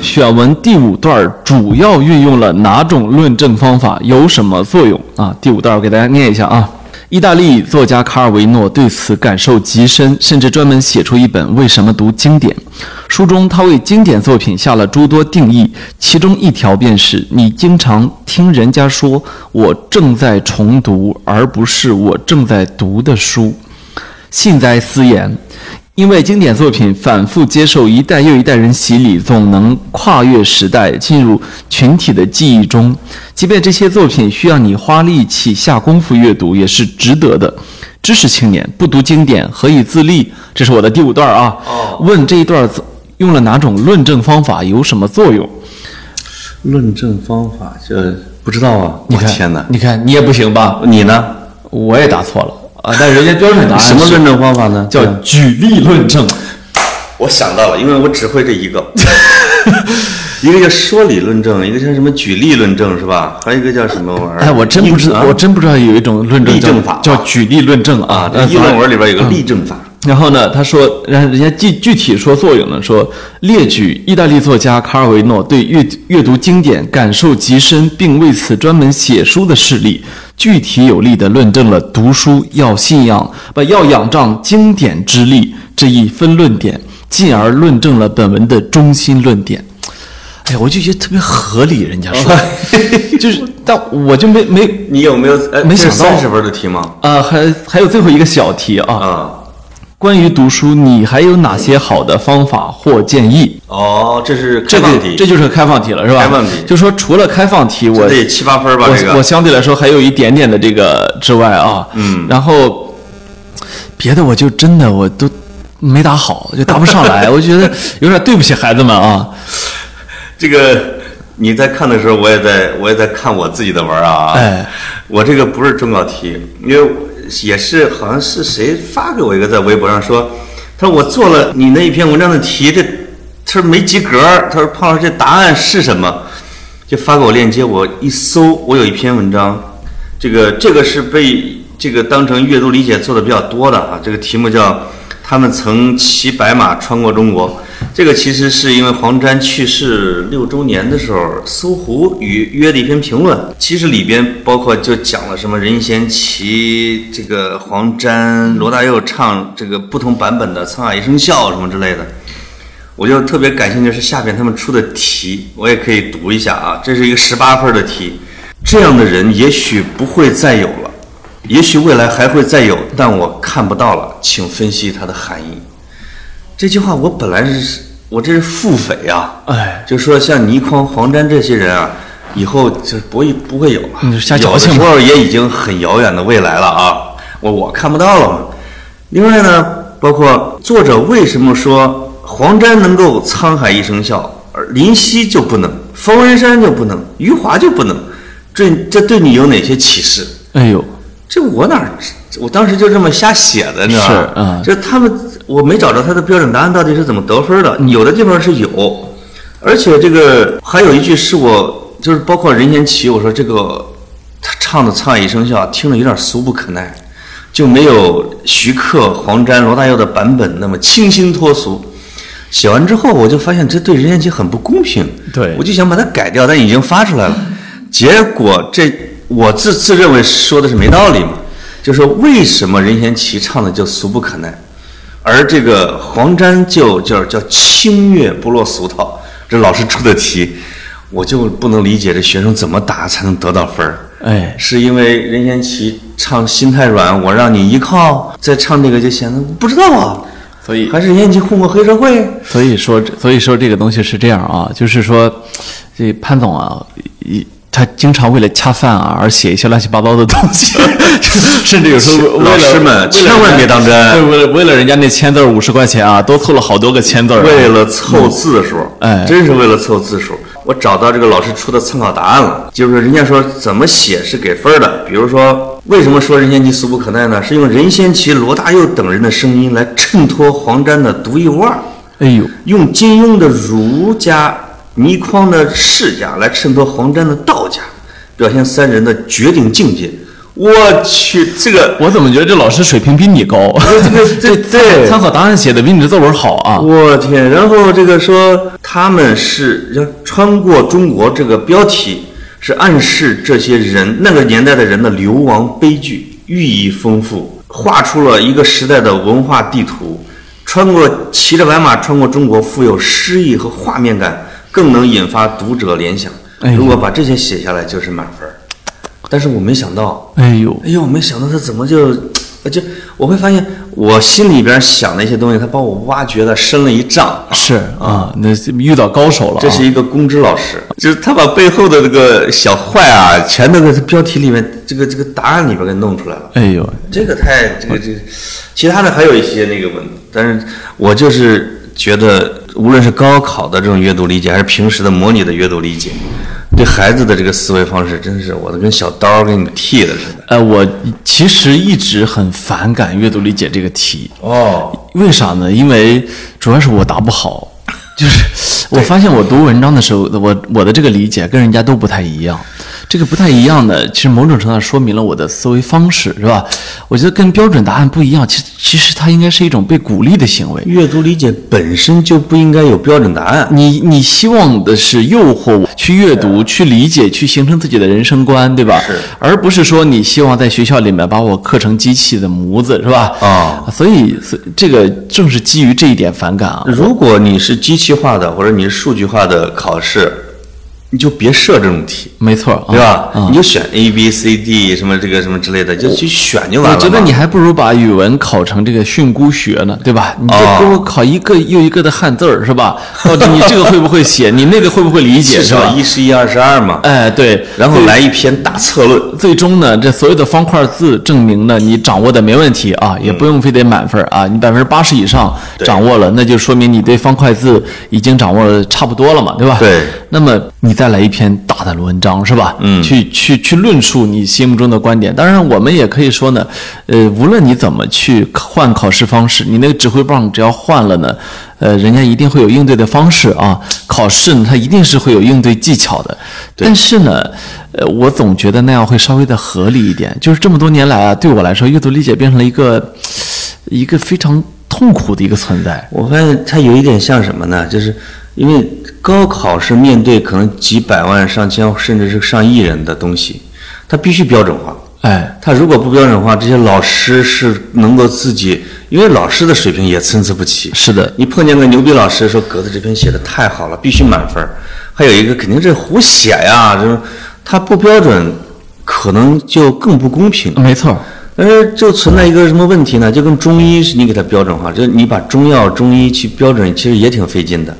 S1: 选文第五段儿主要运用了哪种论证方法，有什么作用啊？第五段儿我给大家念一下啊。意大利作家卡尔维诺对此感受极深，甚至专门写出一本《为什么读经典》。书中，他为经典作品下了诸多定义，其中一条便是：你经常听人家说“我正在重读”，而不是“我正在读的书”。幸灾思言，因为经典作品反复接受一代又一代人洗礼，总能跨越时代，进入群体的记忆中。即便这些作品需要你花力气下功夫阅读，也是值得的。知识青年不读经典，何以自立？这是我的第五段啊。
S2: 哦
S1: 问这一段用了哪种论证方法，有什么作用？
S2: 论证方法这不知道啊！
S1: 你看，你看你也不行吧？
S2: 你呢？
S1: 我也答错了啊！但人家标准答案
S2: 什么
S1: 是
S2: 论证方法呢？
S1: 叫举例论证。
S2: 我想到了，因为我只会这一 [LAUGHS] 个，一个叫说理论证，一个叫什么举例论证是吧？还有一个叫什么玩意儿？
S1: 哎，我真不知，
S2: 啊
S1: 我真不知道有一种论证
S2: 例
S1: 叫
S2: 证法
S1: 叫举例论证啊
S2: 啊，。嗯这议论文里边有个例证法，
S1: 然后呢，他说，然后人家具具体说作用呢，说列举意大利作家卡尔维诺对阅阅读经典感受极深，并为此专门写书的事例，具体有力地论证了读书要信仰，不要仰仗经典之力这一分论点，进而论证了本文的中心论点。哎呀，我就觉得特别合理，人家 [LAUGHS] 说，就是，但我就没没
S2: 你有没有？哎，
S1: 没想到
S2: 三十分的题吗？
S1: 呃，还还有最后一个小题啊，
S2: 啊，
S1: 关于读书，你还有哪些好的方法或建议？
S2: 哦，这是
S1: 这
S2: 开
S1: 个
S2: 放题，
S1: 这就是开放题了，是吧？
S2: 开放题
S1: 就说除了开放题，我
S2: 得七八分吧？这
S1: 我我
S2: 个
S1: 相对来说还有一点点的这个之外啊，嗯，然后别的我就真的我都没答好，就答不上
S2: [LAUGHS]
S1: 来，我觉得有点对不起孩子们啊。
S2: 这个你在看的时候，我也在我也在看我自己的文儿啊。
S1: 哎，
S2: 我这个不是中考题，因为也是好像是谁发给我一个在微博上说，他说我做了你那一篇文章的题，这他说没及格儿，他说胖老师这答案是什么？就发给我链接，我一搜，我有一篇文章，这个这个是被这个当成阅读理解做的比较多的啊，这个题目叫“他们曾骑白马穿过中国”，这个其实是因为黄沾去世六周年的时候，搜狐与约的一篇评论，其实里边包括就讲了什么任贤齐、这个黄沾、罗大佑唱这个不同版本的《沧海一声笑》什么之类的。我就特别感兴趣是下边他们出的题，我也可以读一下啊。这是一个十八分的题，这样的人也许不会再有了，也许未来还会再有，但我看不到了，请分析它的含义。这句话我本来是我这是腹诽啊，
S1: 哎，
S2: 就说像倪匡、黄沾这些人啊，以后就不会不会有了，
S1: 嗯你就瞎矫情
S2: 有
S1: 吧
S2: 的时候也已经很遥远的未来了啊，我我看不到了嘛。另外呢，包括作者为什么说黄沾能够沧海一声笑，而林夕就不能，冯文山就不能，余华就不能，这这对你有哪些启示？
S1: 哎呦，
S2: 这我哪儿知？我当时就这么瞎写的，你知道吧？
S1: 是嗯
S2: 就他们，我没找着他的标准答案到底是怎么得分的。
S1: 嗯
S2: 有的地方是有，而且这个还有一句是我，就是包括任贤齐，我说这个他唱的《沧海一声笑》听着有点俗不可耐，就没有徐克、黄沾、罗大佑的版本那么清新脱俗。写完之后，我就发现这对任贤齐很不公平。
S1: 对
S2: 我就想把它改掉，但已经发出来了。结果这我自自认为说的是没道理嘛，就说为什么任贤齐唱的就俗不可耐，而这个黄沾就叫叫轻蔑不落俗套，这老师出的题，我就不能理解这学生怎么打才能得到分儿。
S1: 哎，
S2: 是因为任贤齐唱《心太软》，我让你依靠，再唱这个就显得不知道啊，
S1: 所以
S2: 还是任贤齐混过黑社会？
S1: 所以说，所以说这个东西是这样啊，就是说，这潘总啊，一他经常为了恰饭啊而写一些乱七八糟的东西， [LAUGHS] 甚至有时候为了
S2: 老师们
S1: 为了
S2: 千万别当真
S1: 对为了为了人家那签字五十块钱啊，多凑了好多个签字儿啊、
S2: 为了凑字数，
S1: 哎
S2: 真是为了凑字数。我找到这个老师出的参考答案了，就是人家说怎么写是给分儿的。比如说，为什么说任贤齐俗不可耐呢？是用任贤齐、罗大佑等人的声音来衬托黄沾的独一无二，
S1: 哎呦，
S2: 用金庸的儒家、倪匡的世家来衬托黄沾的道家，表现三人的绝顶境界。我去，
S1: [LAUGHS]
S2: 这个
S1: 我怎么觉得这老师水平比你高？
S2: 这个这这
S1: 参考答案写的比你这作文好啊！
S2: 我天！然后这个说他们是要穿过中国这个标题，是暗示这些人那个年代的人的流亡悲剧，寓意丰富，画出了一个时代的文化地图。穿过骑着白马穿过中国，富有诗意和画面感，更能引发读者联想
S1: 哎。呀
S2: 如果把这些写下来，就是满分儿。但是我没想到，
S1: 哎呦，
S2: 哎呦，没想到他怎么就，呃就我会发现我心里边想的一些东西，他帮我挖掘的深了一丈。
S1: 是啊，那遇到高手了、啊，
S2: 这是一个公知老师，就是他把背后的这个小坏啊，全都在标题里面，这个这个答案里边给弄出来了。
S1: 哎呦，
S2: 这个太这个这个，其他的还有一些那个问题，但是我就是觉得，无论是高考的这种阅读理解，还是平时的模拟的阅读理解，对孩子的这个思维方式，真是我都跟小刀给你剃的似的。
S1: 呃，我其实一直很反感阅读理解这个题，
S2: 哦，
S1: 为啥呢？因为主要是我答不好， [LAUGHS]
S2: [LAUGHS]
S1: 就是我发现我读文章的时候，我我的这个理解跟人家都不太一样。这个不太一样的，其实某种程度上说明了我的思维方式，是吧？我觉得跟标准答案不一样，其实其实它应该是一种被鼓励的行为。
S2: 阅读理解本身就不应该有标准答案。
S1: 你你希望的是诱惑我去阅读、去理解、去形成自己的人生观，对吧？
S2: 是，
S1: 而不是说你希望在学校里面把我课成机器的模子，是吧？
S2: 啊
S1: 所以所以这个正是基于这一点反感啊。
S2: 如果你是机器化的或者你是数据化的考试，你就别设这种题，
S1: 没错啊，
S2: 对吧？
S1: 啊
S2: 你就选 A B C D 什么这个什么之类的，就去选就完了
S1: 啊我觉
S2: 嘛。
S1: 得你还不如把语文考成这个训诂学呢，对吧？你就
S2: 哦
S1: 给我考一个又一个的汉字儿，是
S2: [LAUGHS]
S1: 吧？到底你这个会不会写？你那个会不会理解？
S2: 至
S1: 是
S2: 少
S1: 吧？
S2: 一十一二十二嘛，
S1: 哎，对，
S2: 然后
S1: 所以
S2: 来一篇大策论。
S1: 最终呢，这所有的方块字证明呢，你掌握的没问题啊，也不用非得满分儿啊，你百分之八十以上
S2: 嗯对
S1: 掌握了，那就说明你对方块字已经掌握了差不多了嘛，对吧？
S2: 对。
S1: 那么你再来一篇大的文章是吧？嗯。去去去论述你心目中的观点。当然，我们也可以说呢，呃，无论你怎么去换考试方式，你那个指挥棒只要换了呢，呃，人家一定会有应对的方式啊。考试呢，它一定是会有应对技巧的。但是呢，呃，我总觉得那样会稍微的合理一点。就是这么多年来啊，对我来说，阅读理解变成了一个一个非常痛苦的一个存在。
S2: 我发现它有一点像什么呢？就是因为高考是面对可能几百万、上千甚至是上亿人的东西，它必须标准化。
S1: 哎，
S2: 他如果不标准化，这些老师是能够自己，因为老师的水平也参差不齐。
S1: 是的，
S2: 你碰见个牛逼老师，说格子这篇写的太好了，必须满分儿。还有一个肯定是胡写呀，就是他不标准，可能就更不公平。
S1: 没错儿。
S2: 但是就存在一个什么问题呢？就跟中医是你给它标准化，就是你把中药、中医去标准，其实也挺费劲的。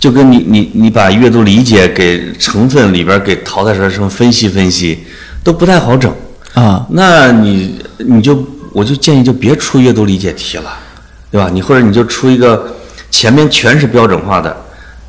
S2: 就跟你你你把阅读理解给成分里边儿给淘汰出来什么分析分析，都不太好整。
S1: 啊，
S2: 那你你就我就建议就别出阅读理解题了，对吧？你或者你就出一个前面全是标准化的，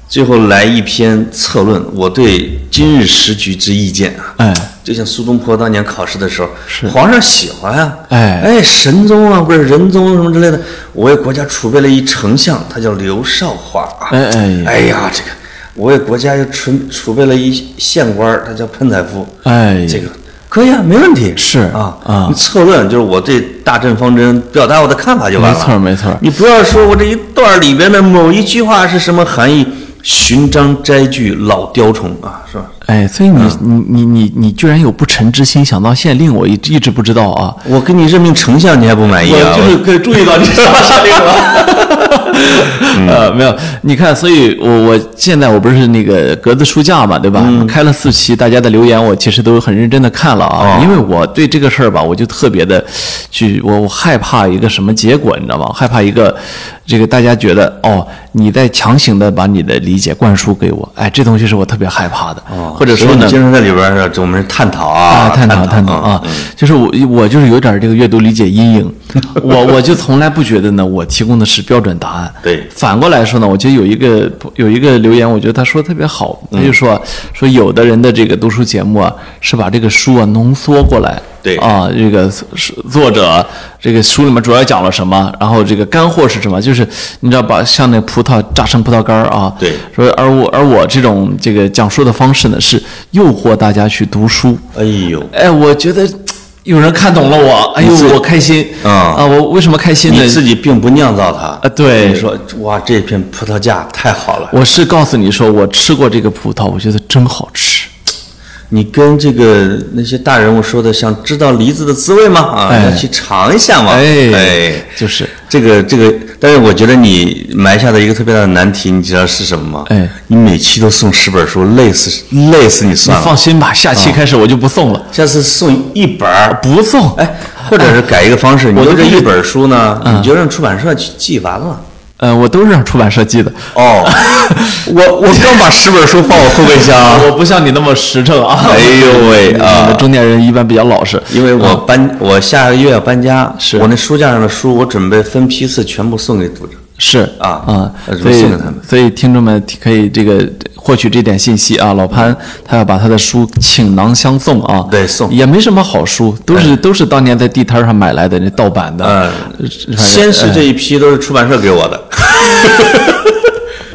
S2: 最后来一篇策论，我对今日时局之意见啊。
S1: 哎，
S2: 就像苏东坡当年考试的时候，皇上喜欢啊，
S1: 哎
S2: 哎，神宗啊，不是仁宗什么之类的，我为国家储备了一丞相，他叫刘少华啊，
S1: 哎哎
S2: 哎呀，这个我为国家又储储备了一县官儿，他叫潘采夫，
S1: 哎
S2: 这个可以啊，没问题，
S1: 是
S2: 啊
S1: 啊
S2: 你策论就是我对大政方针表达我的看法就完了，
S1: 没错没错
S2: 你不要说我这一段里边的某一句话是什么含义，寻章摘句老雕虫啊，是吧？
S1: 哎，所以你、你你你你居然有不臣之心，想到县令，我一直一直不知道啊。
S2: 我给你任命丞相，你还不满意啊？ [LAUGHS]
S1: 可以注意到你想到县令了。
S2: 嗯
S1: 呃，没有，你看，所以我我现在我不是那个格子书架嘛，对吧？
S2: 嗯
S1: 开了四期，大家的留言我其实都很认真的看了啊，
S2: 哦
S1: 因为我对这个事儿吧，我就特别的去，我我害怕一个什么结果，你知道吗？我害怕一个这个大家觉得哦，你在强行的把你的理解灌输给我，哎，这东西是我特别害怕的，或者说
S2: 哦所以
S1: 呢
S2: 你，经常在里边儿是我们探讨
S1: 啊，
S2: 啊，
S1: 探讨探
S2: 探
S1: 讨啊，就是我我就是有点这个阅读理解阴
S2: [LAUGHS]
S1: 影，我我就从来不觉得呢，我提供的是标准答案。
S2: 对
S1: 反过来说呢，我觉得有一个有一个留言，我觉得他说的特别好，
S2: 嗯
S1: 他就说说有的人的这个读书节目啊，是把这个书啊浓缩过来，
S2: 对
S1: 啊，这个是作者这个书里面主要讲了什么，然后这个干货是什么，就是你知道把像那葡萄榨成葡萄干儿啊，
S2: 对
S1: 说而我而我这种这个讲述的方式呢，是诱惑大家去读书，
S2: 哎呦，
S1: 哎，我觉得有人看懂了我，哎呦
S2: 你自，
S1: 我开心
S2: 啊
S1: 我为什么开心呢
S2: 你？自己并不酿造它
S1: 啊对
S2: 你说哇，这片葡萄架太好了，
S1: 我是告诉你说，我吃过这个葡萄，我觉得真好吃。
S2: 你跟这个那些大人物说的，想知道梨子的滋味吗？啊，
S1: 哎
S2: 要去尝一下嘛，
S1: 哎，
S2: 哎
S1: 就是
S2: 这个这个，但是我觉得你埋下的一个特别大的难题，你知道是什么吗？
S1: 哎，
S2: 你每期都送十本书，累死累死你
S1: 你
S2: 算了，
S1: 放心吧，下期开始我就不送了，
S2: 下次送一本儿，
S1: 不送。哎，
S2: 或者是改一个方式，你
S1: 我
S2: 就
S1: 都
S2: 这
S1: 不
S2: 一
S1: 是嗯
S2: 本书呢，你就让出版社去寄完了。
S1: 呃，我都是让出版社寄的，
S2: 哦， [LAUGHS] 我我刚把十本书放我后
S1: [LAUGHS]
S2: 备箱，
S1: 我不像你那么实诚啊。
S2: 哎呦喂
S1: 我
S2: 啊
S1: 们！中年人一般比较老实。
S2: 因为我搬，我下个月要搬家，
S1: 哦是
S2: 我那书架上的书，我准备分批次全部送给读者。
S1: 是
S2: 啊
S1: 啊
S2: 呃，
S1: 所以
S2: 送给他们
S1: 所以听众们可以这个获取这点信息啊。老潘他要把他的书倾囊相送啊，
S2: 对送哎
S1: 也没什么好书，都是都是当年在地摊上买来的那盗版的。
S2: 嗯
S1: 呃
S2: 先是这一批都是出版社给我的，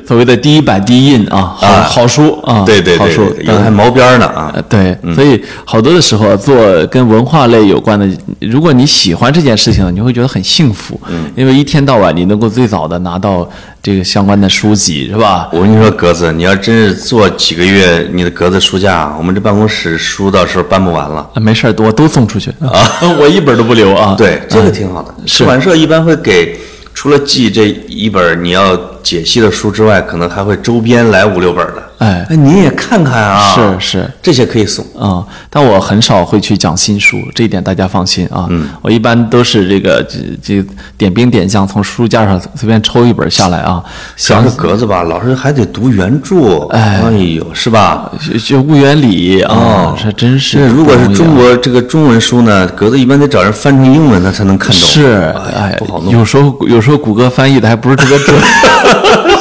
S1: 所谓的第一版第一印啊，好
S2: 啊
S1: 好书啊，
S2: [LAUGHS] 对对
S1: 好
S2: 对
S1: 书
S2: 对，，有还毛边儿呢啊
S1: 呃，对，所以好多的时候啊做跟文化类有关的，如果你喜欢这件事情，你会觉得很幸福，
S2: 嗯
S1: 因为一天到晚你能够最早的拿到这个相关的书籍，是吧？
S2: 我跟你说，格子，你要真是做几个月，你的格子书架，我们这办公室书到时候搬不完了。
S1: 啊，没事儿，我都送出去啊， [LAUGHS] 我一本都不留啊。
S2: 对，这个挺好的。
S1: 是
S2: 出版社一般会给，除了寄这一本你要解析的书之外，可能还会周边来五六本的。
S1: 哎
S2: 哎，你也看看啊。
S1: 是是，
S2: 这些可以送。
S1: 啊、但我很少会去讲新书，这一点大家放心啊。嗯，我一般都是这个这这点兵点将，从书架上随便抽一本下来啊，
S2: 想
S1: 想
S2: 着格子吧，老师还得读原著。
S1: 哎
S2: 呦，是吧？
S1: 学学物原理啊，这真是
S2: 这如果
S1: 不
S2: 是
S1: 容易啊
S2: 中国这个中文书呢，格子一般得找人翻成英文，他才能看懂。
S1: 是
S2: 哎呀，不好弄。
S1: 有时候有时候谷歌翻译的还不是特 [LAUGHS] 别准。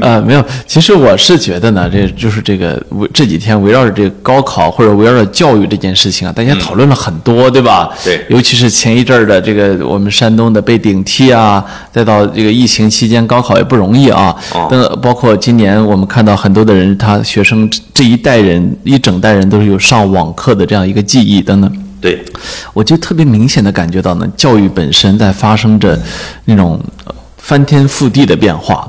S1: 呃，没有，其实我是觉得呢，这就是这个围这几天围绕着这个高考或者围绕着教育这件事情啊，大家讨论了很多，对吧？
S2: 嗯对
S1: 尤其是前一阵儿的这个我们山东的被顶替啊，再到这个疫情期间高考也不容易啊。
S2: 哦
S1: 但包括今年我们看到很多的人，他学生这这一代人一整代人都是有上网课的这样一个记忆等等。
S2: 对，
S1: 我就特别明显的感觉到呢，教育本身在发生着那种呃翻天覆地的变化。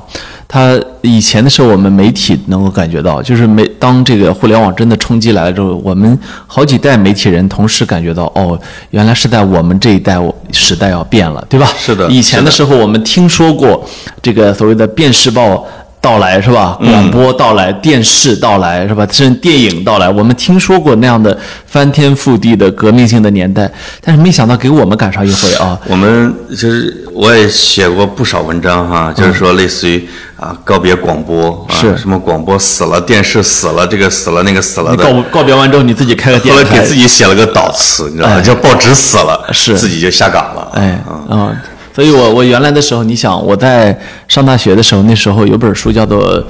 S1: 它以前的时候，我们媒体能够感觉到，就是媒当这个互联网真的冲击来了之后，我们好几代媒体人同时感觉到，哦，原来是在我们这一代我时代要变了，对吧？
S2: 是的
S1: 以前的时候我们听说过这个所谓的电视报到来是吧？
S2: 嗯
S1: 广播到来，电视到来是吧？甚至电影到来，我们听说过那样的翻天覆地的革命性的年代，但是没想到给我们赶上一回啊！
S2: 我们就是我也写过不少文章哈，就是说类似于啊告别广播，啊、
S1: 嗯是
S2: 什么广播死了，电视死了，这个死了那个死了
S1: 你
S2: 的。
S1: 告告别完之后，你自己开个电
S2: 后来
S1: 视
S2: 给
S1: 台哎
S2: 自，己写了个导词，你知道吗？叫报纸死了，
S1: 是
S2: 自己就下岗了。
S1: 哎
S2: 啊
S1: 啊、所以我我原来的时候，你想我在上大学的时候，那时候有本书叫做。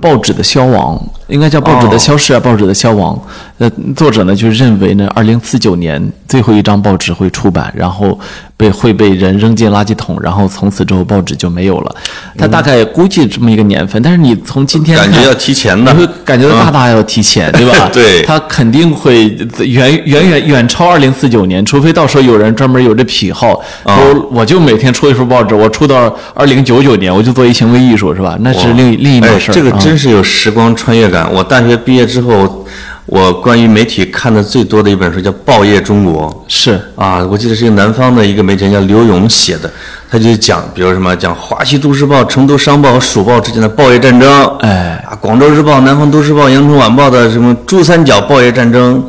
S1: 报纸的消亡，应该叫报纸
S2: 哦
S1: 的消逝啊，报纸的消亡。呃，作者呢就认为呢，二零四九年最后一张报纸会出版，然后被会被人扔进垃圾桶，然后从此之后报纸就没有了。他大概估计这么一个年份，但是你从今天
S2: 嗯感觉
S1: 看
S2: 要提前的？
S1: 你会感觉到大大要提前，对吧
S2: 嗯 [LAUGHS] 对
S1: 他肯定会远远远远超二零四九年，除非到时候有人专门有这癖好，
S2: 啊
S1: 我我就每天出一份报纸，我出到二零九九年，我就做一行为艺术，是吧？那是另一另一
S2: 哎
S1: 码事儿、
S2: 这个
S1: 啊
S2: 真是有时光穿越感。我大学毕业之后，我关于媒体看的最多的一本书叫《报业中国》。
S1: 是
S2: 啊，我记得是一个南方的一个媒体人叫刘勇写的，他就讲，比如什么讲《华西都市报》、《成都商报》和《蜀报》之间的报业战争，
S1: 哎
S2: 啊，《广州日报》、《南方都市报》、《羊城晚报》的什么珠三角报业战争，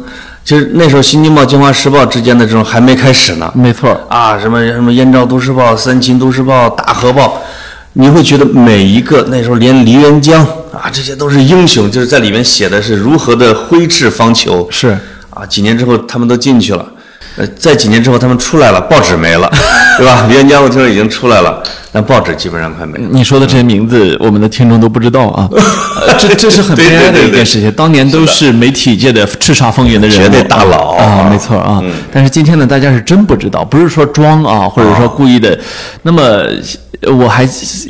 S2: 其实那时候《新京报》、《京华时报》之间的这种还没开始呢，
S1: 没错儿，
S2: 啊，什么什么《燕赵都市报》、《三秦都市报》、《大河报》，你会觉得每一个那时候连黎元江啊，这些都是英雄，就是在里面写的是如何的挥斥方遒。
S1: 是
S2: 啊，几年之后他们都进去了，呃，在几年之后他们出来了，报纸没了， [LAUGHS] 对吧？黎元江我听说已经出来了，但报纸基本上快没了。
S1: 你说的这些名字，我们的听众都不知道
S2: [LAUGHS]
S1: 啊，呃这这是很
S2: 对
S1: 悲
S2: 对
S1: 哀的
S2: 对
S1: 一件
S2: 对
S1: 事情。当年都是媒体界的叱咤风云的人物，
S2: 绝对大佬嗯
S1: 啊，没错啊。但是今天呢，大家是真不知道，不是说装啊，或者说故意的。那么呃我还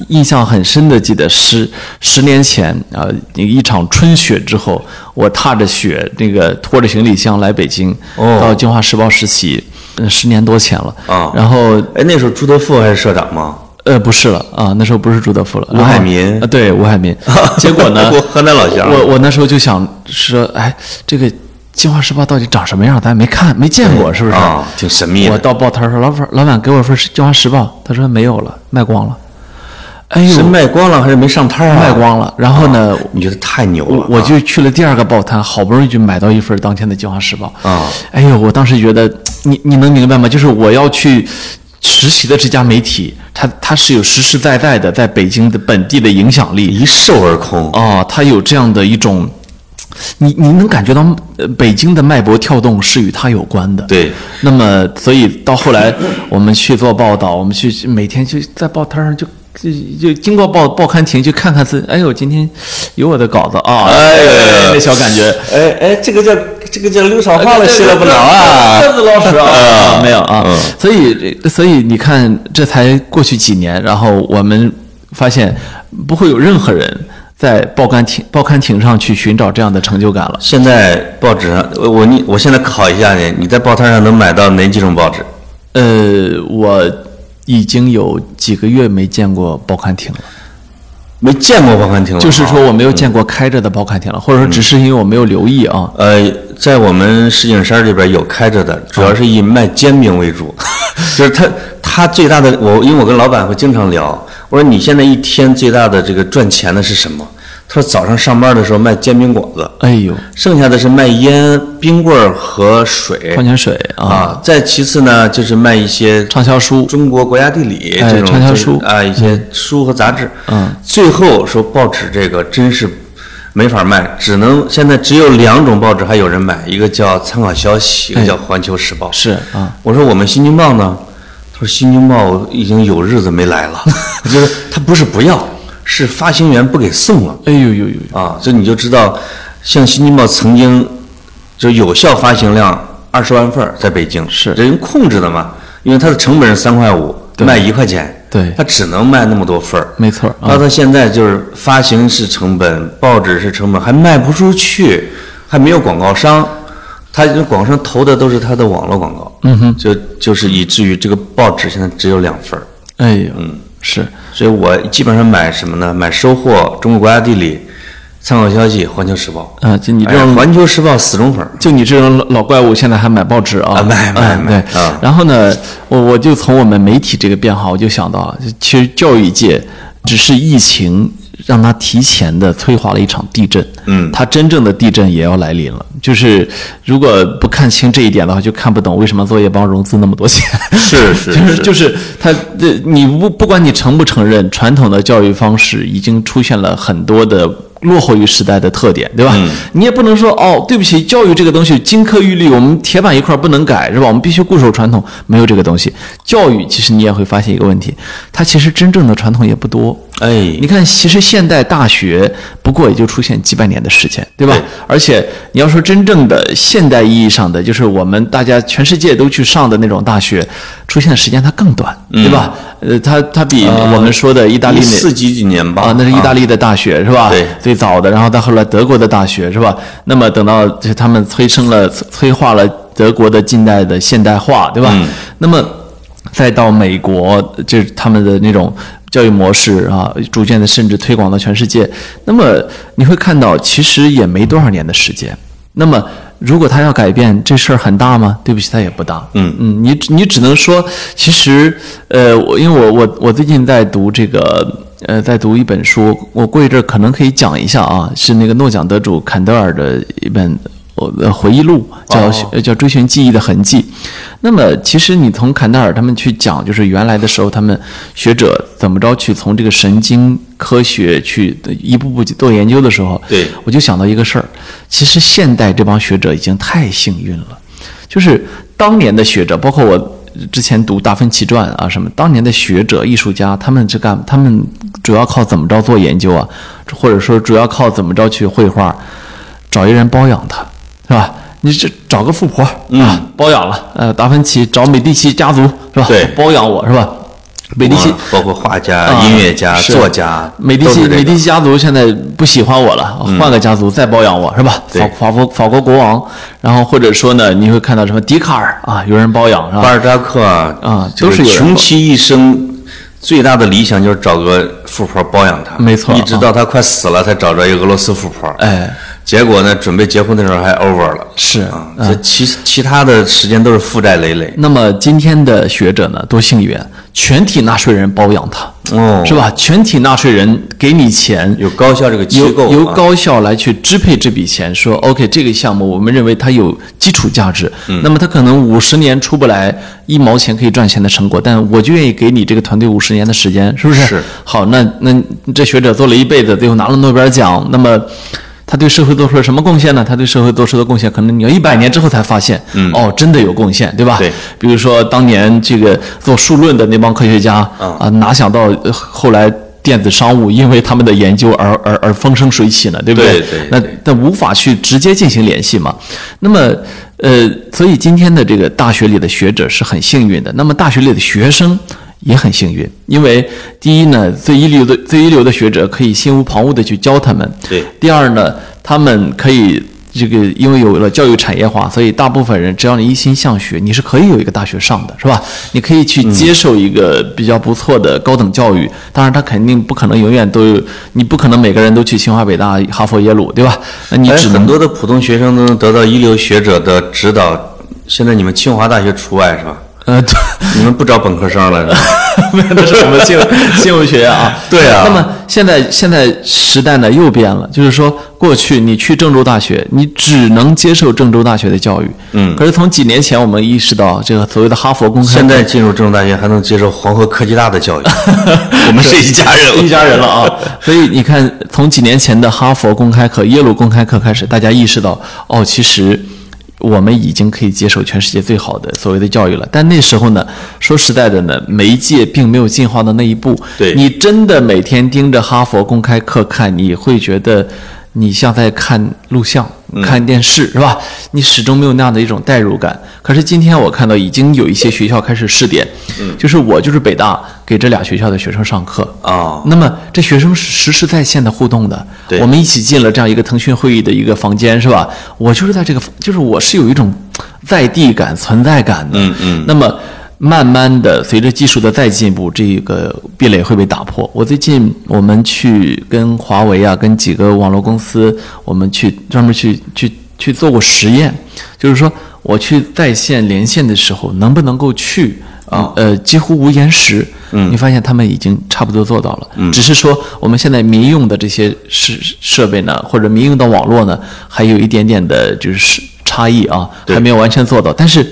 S1: 印象很深的记得十十年前啊，一场春雪之后，我踏着雪，那个拖着行李箱来北京，
S2: 哦
S1: 到《京华时报》实习，嗯十年多前了
S2: 啊
S1: 然后
S2: 哎，那时候朱德富还是社长吗？
S1: 呃，不是了啊，那时候不是朱德富了，
S2: 海
S1: 然后
S2: 民
S1: 啊，对，吴海
S2: [LAUGHS]
S1: 民。结果呢
S2: 我，河南老乡
S1: 我我那时候就想说，哎，这个《京华时报》到底长什么样？咱没看，没见过，是不是？
S2: 啊，挺神秘
S1: 我
S2: 的。
S1: 到报摊儿说，老板，老板给我份《京华时报》，他说没有了，卖光了。哎
S2: 是
S1: 呦，
S2: 卖光了还是没上摊儿啊？
S1: 卖光了。然后呢，
S2: 你觉得太牛了
S1: 我
S2: 啊，
S1: 我就去了第二个报摊，好不容易就买到一份当天的《京华时报》
S2: 啊
S1: 哎呦，我当时觉得，你你能明白吗？就是我要去实习的这家媒体，它它是有实实在在的在北京的本地的影响力
S2: 一售而空。
S1: 哦，它有这样的一种，你你能感觉到呃北京的脉搏跳动是与它有关的。
S2: 对，
S1: 那么，所以到后来， [LAUGHS] 我们去做报道，我们去每天去在报摊上就就就经过报报刊亭去看看自己，哎呦，今天有我的稿子啊，
S2: 哎呦
S1: 那小感觉。
S2: 哎哎，这个叫这个叫刘少
S1: 呃
S2: 华了，谢了不
S1: 了
S2: 了啊！
S1: 这子老师啊，
S2: 嗯
S1: 没有啊
S2: 嗯，
S1: 所以所以你看，这才过去几年，然后我们发现不会有任何人在报刊亭报刊亭上去寻找这样的成就感了。
S2: 现在报纸上，我我你我现在考一下你，你在报摊上能买到哪几种报纸？
S1: 呃，我已经有几个月没见过报刊亭了。
S2: 没见过报刊亭了啊，
S1: 就是说我没有见过开着的报刊亭了，或者说只是因为我没有留意啊。
S2: 呃，在我们石景山这边有开着的，主要是以卖煎饼
S1: [LAUGHS]
S2: 为主，就是他他最大的我，因为我跟老板会经常聊，我说你现在一天最大的这个赚钱的是什么？他说早上上班的时候卖煎饼果子，
S1: 哎呦，
S2: 剩下的是卖烟、冰棍儿和水
S1: 矿泉水啊，
S2: 啊，再其次呢就是卖一些
S1: 畅销书，
S2: 中国国家地理
S1: 哎
S2: 这种
S1: 畅销
S2: 就是
S1: 书
S2: 啊，一些书和杂志。
S1: 嗯，
S2: 最后说报纸这个真是没法卖，只能现在只有两种报纸还有人买，一个叫《参考消息》，一个
S1: 哎
S2: 叫《环球时报》。
S1: 是啊，
S2: 我说我们《新京报》呢，他说《新京报》已经有日子没来
S1: [LAUGHS]
S2: 了，就是他不是不要，是发行员不给送了。
S1: 哎呦呦呦，
S2: 啊，这你就知道，像《新京报》曾经就有效发行量二十万份儿，在北京
S1: 是
S2: 人控制的嘛，因为它的成本是三块五，卖一块钱，
S1: 对
S2: 它只能卖那么多份儿。
S1: 没错啊
S2: 到它现在就是发行是成本，报纸是成本，还卖不出去，还没有广告商，它这广告商投的都是它的网络广告，嗯哼，就就是以至于这个报纸现在只有两份儿。
S1: 哎呦，是
S2: 所以我基本上买什么呢？买《收获》《中国国家地理》《参考消息》《环球时报》。
S1: 啊，就你这
S2: 哎呀
S1: 种
S2: 环球时报》死忠粉儿，
S1: 就你这种老老怪物，现在还买报纸啊？
S2: 啊买买
S1: 嗯
S2: 买
S1: 对
S2: 啊，
S1: 然后呢，我我就从我们媒体这个变化，我就想到，就其实教育界只是疫情让它提前的催化了一场地震，
S2: 嗯
S1: 它真正的地震也要来临了。就是如果不看清这一点的话，就看不懂为什么作业帮融资那么多钱。
S2: 是是
S1: 就是
S2: 是
S1: 就是它，这你不不管你承不承认，传统的教育方式已经出现了很多的落后于时代的特点，对吧？你也不能说哦，对不起，教育这个东西金科玉律，我们铁板一块不能改，是吧？我们必须固守传统，没有这个东西。教育其实你也会发现一个问题，它其实真正的传统也不多。
S2: 哎
S1: 你，看，其实现代大学不过也就出现几百年的时间，对吧？
S2: 对
S1: 而且你要说真正的现代意义上的，就是我们大家全世界都去上的那种大学，出现的时间它更短，对吧？呃，它它比我们说的意大利
S2: 一
S1: 那
S2: 四几几年吧？
S1: 啊，那是意大利的大学是吧？
S2: 对
S1: 最早的，然后到后来德国的大学是吧？那么等到就是他们催生了、催催化了德国的近代的现代化，对吧？
S2: 嗯
S1: 那么再到美国，就是他们的那种教育模式啊，逐渐的甚至推广到全世界。那么你会看到，其实也没多少年的时间。那么，如果他要改变，这事儿很大吗？对不起，他也不大。
S2: 嗯
S1: 嗯，你你只能说，其实，呃，我因为我我我最近在读这个，呃，在读一本书，我过一阵儿可能可以讲一下啊，是那个诺奖得主坎德尔的一本我的回忆录，叫、
S2: 哦
S1: 呃叫《追寻记忆的痕迹》。那么，其实你从坎德尔他们去讲，就是原来的时候，他们学者怎么着去从这个神经科学去一步步去做研究的时候，
S2: 对
S1: 我就想到一个事儿，其实现代这帮学者已经太幸运了，就是当年的学者，包括我之前读《达芬奇传》啊什么，当年的学者、艺术家，他们这干，他们主要靠怎么着做研究啊，或者说主要靠怎么着去绘画，找一人包养他，是吧？你这找个富婆啊，包养了，呃，达芬奇找美第奇家族是吧？
S2: 对
S1: 包养我是吧？美第奇
S2: 哇包括画家、
S1: 啊
S2: 音乐家、
S1: 是
S2: 作家，
S1: 美第
S2: 都
S1: 奇
S2: 是这
S1: 美
S2: 个嗯
S1: 第奇家族现在不喜欢我了，换个家族再包养我是吧？
S2: 对
S1: 法法国法国国王，然后或者说呢，你会看到什么笛卡尔啊，有人包养是
S2: 巴
S1: 吧？
S2: 尔扎克啊，
S1: 啊
S2: 就
S1: 都是有人
S2: 穷其一生最大的理想就是找个富婆包养他，
S1: 没错啊
S2: 一直到他快死了才找着一个俄罗斯富婆，
S1: 哎，
S2: 结果呢，准备结婚的时候还 over 了，
S1: 是
S2: 啊，这其其他的时间都是负债累累，
S1: 那么今天的学者呢，多幸运，全体纳税人包养他，
S2: 哦
S1: 是吧？全体纳税人给你钱，
S2: 有高校这个机
S1: 由
S2: 构
S1: 由
S2: 啊
S1: 高校来去支配这笔钱，说 OK 这个项目我们认为它有基础价值，
S2: 嗯
S1: 那么它可能五十年出不来一毛钱可以赚钱的成果，但我就愿意给你这个团队五十年的时间，是不是？
S2: 是。
S1: 好，那那这学者做了一辈子，最后拿了诺贝尔奖，那么。他对社会做出了什么贡献呢？他对社会做出的贡献，可能你要一百年之后才发现，嗯、哦，真的有贡献，对吧？
S2: 对。
S1: 比如说当年这个做数论的那帮科学家啊、
S2: 嗯
S1: 哪想到呃后来电子商务因为他们的研究而而而风生水起呢，对不
S2: 对对
S1: 那
S2: 对
S1: 但无法去直接进行联系嘛。那么，呃，所以今天的这个大学里的学者是很幸运的，那么大学里的学生也很幸运，因为第一呢，最一流的最一流的学者可以心无旁骛地去教他们；
S2: 对
S1: 第二呢，他们可以。这个因为有了教育产业化，所以大部分人只要你一心向学，你是可以有一个大学上的，是吧？你可以去接受一个比较不错的高等教育。当然，他肯定不可能永远都有，你不可能每个人都去清华、北大、哈佛、耶鲁，对吧？那你
S2: 哎
S1: 只能 [LAUGHS]
S2: 很多的普通学生都能得到一流学者的指导，现在你们清华大学除外是吧？
S1: 呃，
S2: 你们不招本科生了是吧？
S1: [LAUGHS] 那是什么性性物学啊？
S2: 对啊
S1: 那么现在现在时代呢又变了，就是说过去你去郑州大学，你只能接受郑州大学的教育。
S2: 嗯
S1: 可是从几年前我们意识到，这个所谓的哈佛公开
S2: 现在进入郑州大学还能接受黄河科技大
S1: [LAUGHS]
S2: 的教育，我们是一家人了，
S1: 一家人了
S2: [LAUGHS]
S1: 啊！所以你看，从几年前的哈佛公开课、耶鲁公开课开始，大家意识到，哦，其实我们已经可以接受全世界最好的所谓的教育了。但那时候呢，说实在的呢，媒介并没有进化到那一步。
S2: 对
S1: 你真的每天盯着哈佛公开课看，你会觉得你像在看录像。看电视是吧？你始终没有那样的一种代入感。可是今天我看到已经有一些学校开始试点，就是我就是北大给这俩学校的学生上课，
S2: 啊、
S1: 那么这学生是实时在线的互动的，
S2: 对
S1: 我们一起进了这样一个腾讯会议的一个房间，是吧？我就是在这个，就是我是有一种在地感、存在感的。
S2: 嗯嗯
S1: 那么慢慢的，随着技术的再进步，这个壁垒会被打破。我最近我们去跟华为啊，跟几个网络公司，我们去专门去去去做过实验，就是说我去在线连线的时候，能不能够去啊、呃几乎无延时。嗯，你发现他们已经差不多做到了，嗯，只是说我们现在民用的这些设设备呢，或者民用的网络呢，还有一点点的就是差异啊，
S2: 对
S1: 还没有完全做到，但是。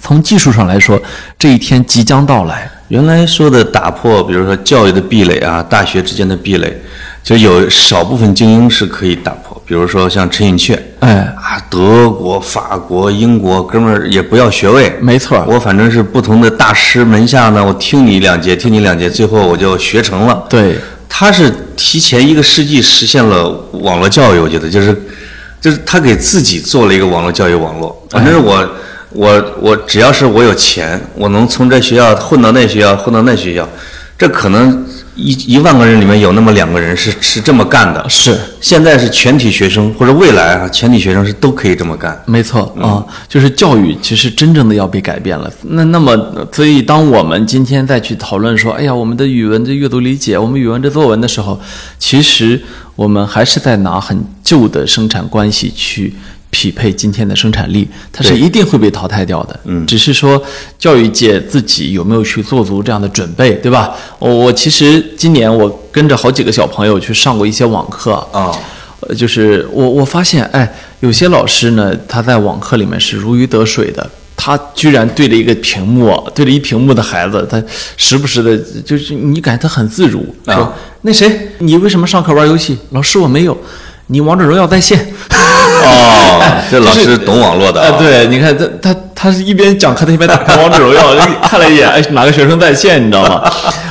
S1: 从技术上来说，这一天即将到来。
S2: 原来说的打破，比如说教育的壁垒啊，大学之间的壁垒，就有少部分精英是可以打破，比如说像陈寅恪，
S1: 哎，
S2: 啊，德国、法国、英国，哥们儿也不要学位，
S1: 没错儿
S2: 我反正是不同的大师门下呢，我听你两节，听你两节，最后我就学成了。
S1: 对，
S2: 他是提前一个世纪实现了网络教育，我觉得就是，就是他给自己做了一个网络教育网络。
S1: 哎
S2: 反正我，我，我只要是我有钱，我能从这学校混到那学校，混到那学校，这可能一一万个人里面有那么两个人是是这么干的。
S1: 是
S2: 现在是全体学生，或者未来啊，全体学生是都可以这么干。
S1: 没错啊、就是教育其实真正的要被改变了。那那么，呃所以当我们今天再去讨论说，哎呀，我们的语文的阅读理解，我们语文的作文的时候，其实我们还是在拿很旧的生产关系去。匹配今天的生产力，它是一定会被淘汰掉的。
S2: 嗯
S1: 只是说教育界自己有没有去做足这样的准备，对吧？我我其实今年我跟着好几个小朋友去上过一些网课，
S2: 啊、
S1: 呃，就是我我发现，哎，有些老师呢，他在网课里面是如鱼得水的，他居然对着一个屏幕，对着一屏幕的孩子，他时不时的，就是你感觉他很自如，说、
S2: 啊
S1: 那谁，你为什么上课玩游戏？老师，我没有。你王者荣耀在线， [LAUGHS]
S2: 哦，这老
S1: 就
S2: 师
S1: 是
S2: 懂网络的、
S1: 哎，
S2: 啊，
S1: 对，你看他他他是一边讲课，他一边打开王者荣耀，看了一眼，哎，哪个学生在线，你知道吗？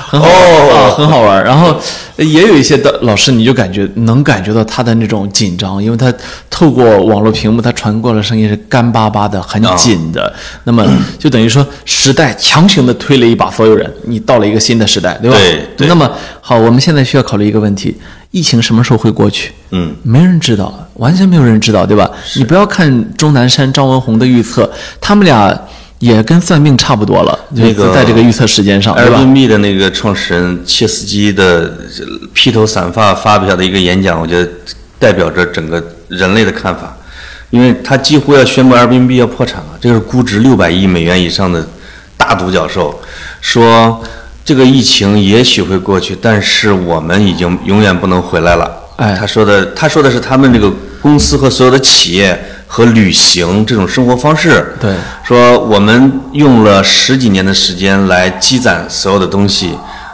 S1: 很好玩、
S2: 哦
S1: 啊很好玩。然后也有一些的老师，你就感觉能感觉到他的那种紧张，因为他透过网络屏幕，他传过来的声音是干巴巴的，很
S2: 啊
S1: 紧的。那么就等于说，时代强行的推了一把所有人，你到了一个新的时代，对吧？
S2: 对对
S1: 那么好，我们现在需要考虑一个问题：疫情什么时候会过去？
S2: 嗯，
S1: 没人知道，完全没有人知道，对吧？你不要看钟南山、张文宏的预测，他们俩也跟算命差不多了，
S2: 那个
S1: 就是在这个预测时间上，对吧？
S2: Airbnb 的那个创始人切斯基的这披头散发发表的一个演讲，我觉得代表着整个人类的看法，因为他几乎要宣布 Airbnb 要破产了，这个是估值六百亿美元以上的大独角兽，说这个疫情也许会过去，但是我们已经永远不能回来了。
S1: 哎
S2: 他说的，他说的是他们这个公司和所有的企业和旅行这种生活方式，
S1: 对
S2: 说我们用了十几年的时间来积攒所有的东西，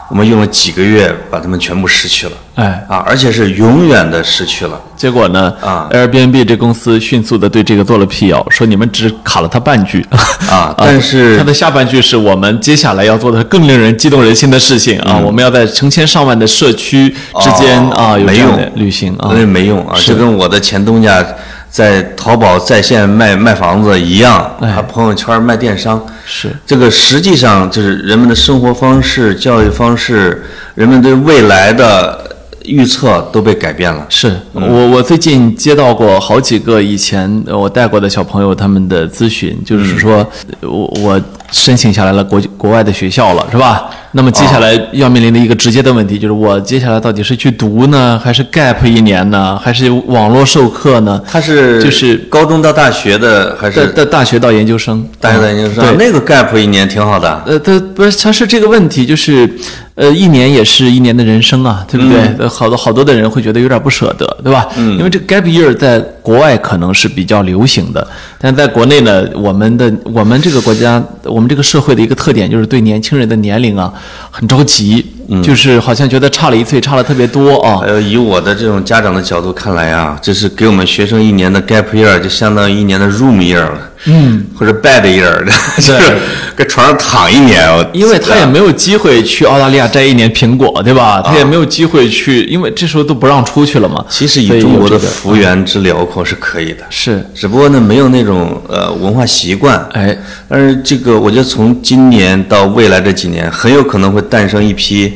S2: 我们用了几个月把它们全部失去了
S1: 哎，
S2: 啊，而且是永远的失去了。
S1: 结果呢、
S2: 啊
S1: a i r b n b 这公司迅速的对这个做了辟谣，说你们只卡了他半句 [LAUGHS]
S2: 啊但是
S1: 他的下半句是我们接下来要做的更令人激动人心的事情啊，我们要在成千上万的社区之间、
S2: 哦
S1: 啊有
S2: 没
S1: 这样的
S2: 用
S1: 旅行啊
S2: 那，没用啊，
S1: 是
S2: 就跟我的前东家在淘宝在线卖卖房子一样，啊，朋友圈卖电商。
S1: 哎是
S2: 这个实际上就是人们的生活方式、教育方式，人们对未来的预测都被改变了。
S1: 是
S2: 嗯
S1: 我我最近接到过好几个以前呃我带过的小朋友他们的咨询，
S2: 嗯
S1: 就是说呃我我申请下来了国际国外的学校了，是吧？那么接下
S2: 哦
S1: 来要面临的一个直接的问题就是，我接下来到底是去读呢，还是 gap 一年呢，还是网络授课呢？
S2: 它是
S1: 就是
S2: 高中到大学的还
S1: 在
S2: 是
S1: 在大学到研究生，
S2: 大学到研究生？
S1: 对
S2: 啊那个 gap 一年挺好的。
S1: 呃，他不是，他是这个问题，就是，呃，一年也是一年的人生啊，对不
S2: 嗯
S1: 对？呃好多好多的人会觉得有点不舍得，对吧？嗯，因为这个 gap year 在国外可能是比较流行的，但在国内呢，我们的我们这个国家，我们这个社会的一个特点就是对年轻人的年龄啊很着急，
S2: 嗯
S1: 就是好像觉得差了一岁，差了特别多啊
S2: 还。有以我的这种家长的角度看来啊，这是给我们学生一年的 gap year，就相当于一年的 room year 了，嗯，或者 bed year，就是 [LAUGHS] 搁床上躺一年。我
S1: 因为他也没有机会去澳大利亚摘一年苹果，对吧？他也没有机会去，因为这时候都不让出去了嘛。
S2: 啊其实以
S1: 所
S2: 中
S1: 有
S2: 国的
S1: 这个
S2: 幅员之辽阔是可以的，
S1: 是，
S2: 只不过呢没有那种呃文化习惯。
S1: 哎，
S2: 但是这个我觉得从今年到未来这几年，很有可能会诞生一批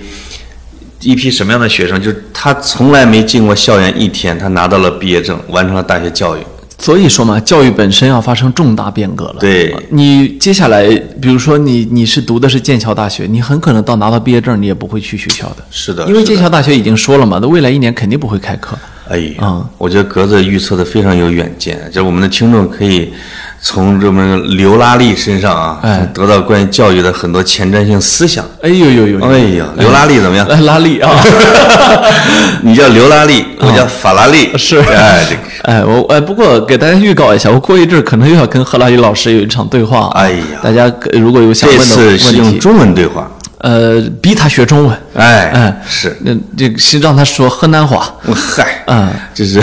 S2: 一批什么样的学生？就是他从来没进过校园一天，他拿到了毕业证，完成了大学教育。
S1: 所以说嘛，教育本身要发生重大变革了。
S2: 对
S1: 你接下来，比如说你你是读的是剑桥大学，你很可能到拿到毕业证，你也不会去学校的，
S2: 是的，
S1: 因为
S2: 是的
S1: 剑桥大学已经说了嘛，那未来一年肯定不会开课。
S2: 哎呀，
S1: 嗯
S2: 我觉得格子预测的非常有远见，啊就是我们的听众可以从这么刘拉力身上啊，
S1: 哎
S2: 得到关于教育的很多前瞻性思想。
S1: 哎呦呦呦！
S2: 哎呀，刘拉力怎么样？
S1: 哎拉力啊！ [LAUGHS]
S2: 你叫刘拉力，我叫法拉利。
S1: 啊是
S2: 哎，这个，
S1: 哎， [LAUGHS] 我哎，不过给大家预告一下，我过一阵儿可能又要跟何拉里老师有一场对话啊。
S2: 哎呀
S1: 大家呃如果有想
S2: 这
S1: 问的
S2: 次是
S1: 问
S2: 用
S1: 题，
S2: 中文对话。
S1: 呃，逼他学中文，
S2: 哎
S1: 哎，
S2: 是，
S1: 那这个是让他说河南话。
S2: 我嗨，
S1: 嗯，
S2: 就是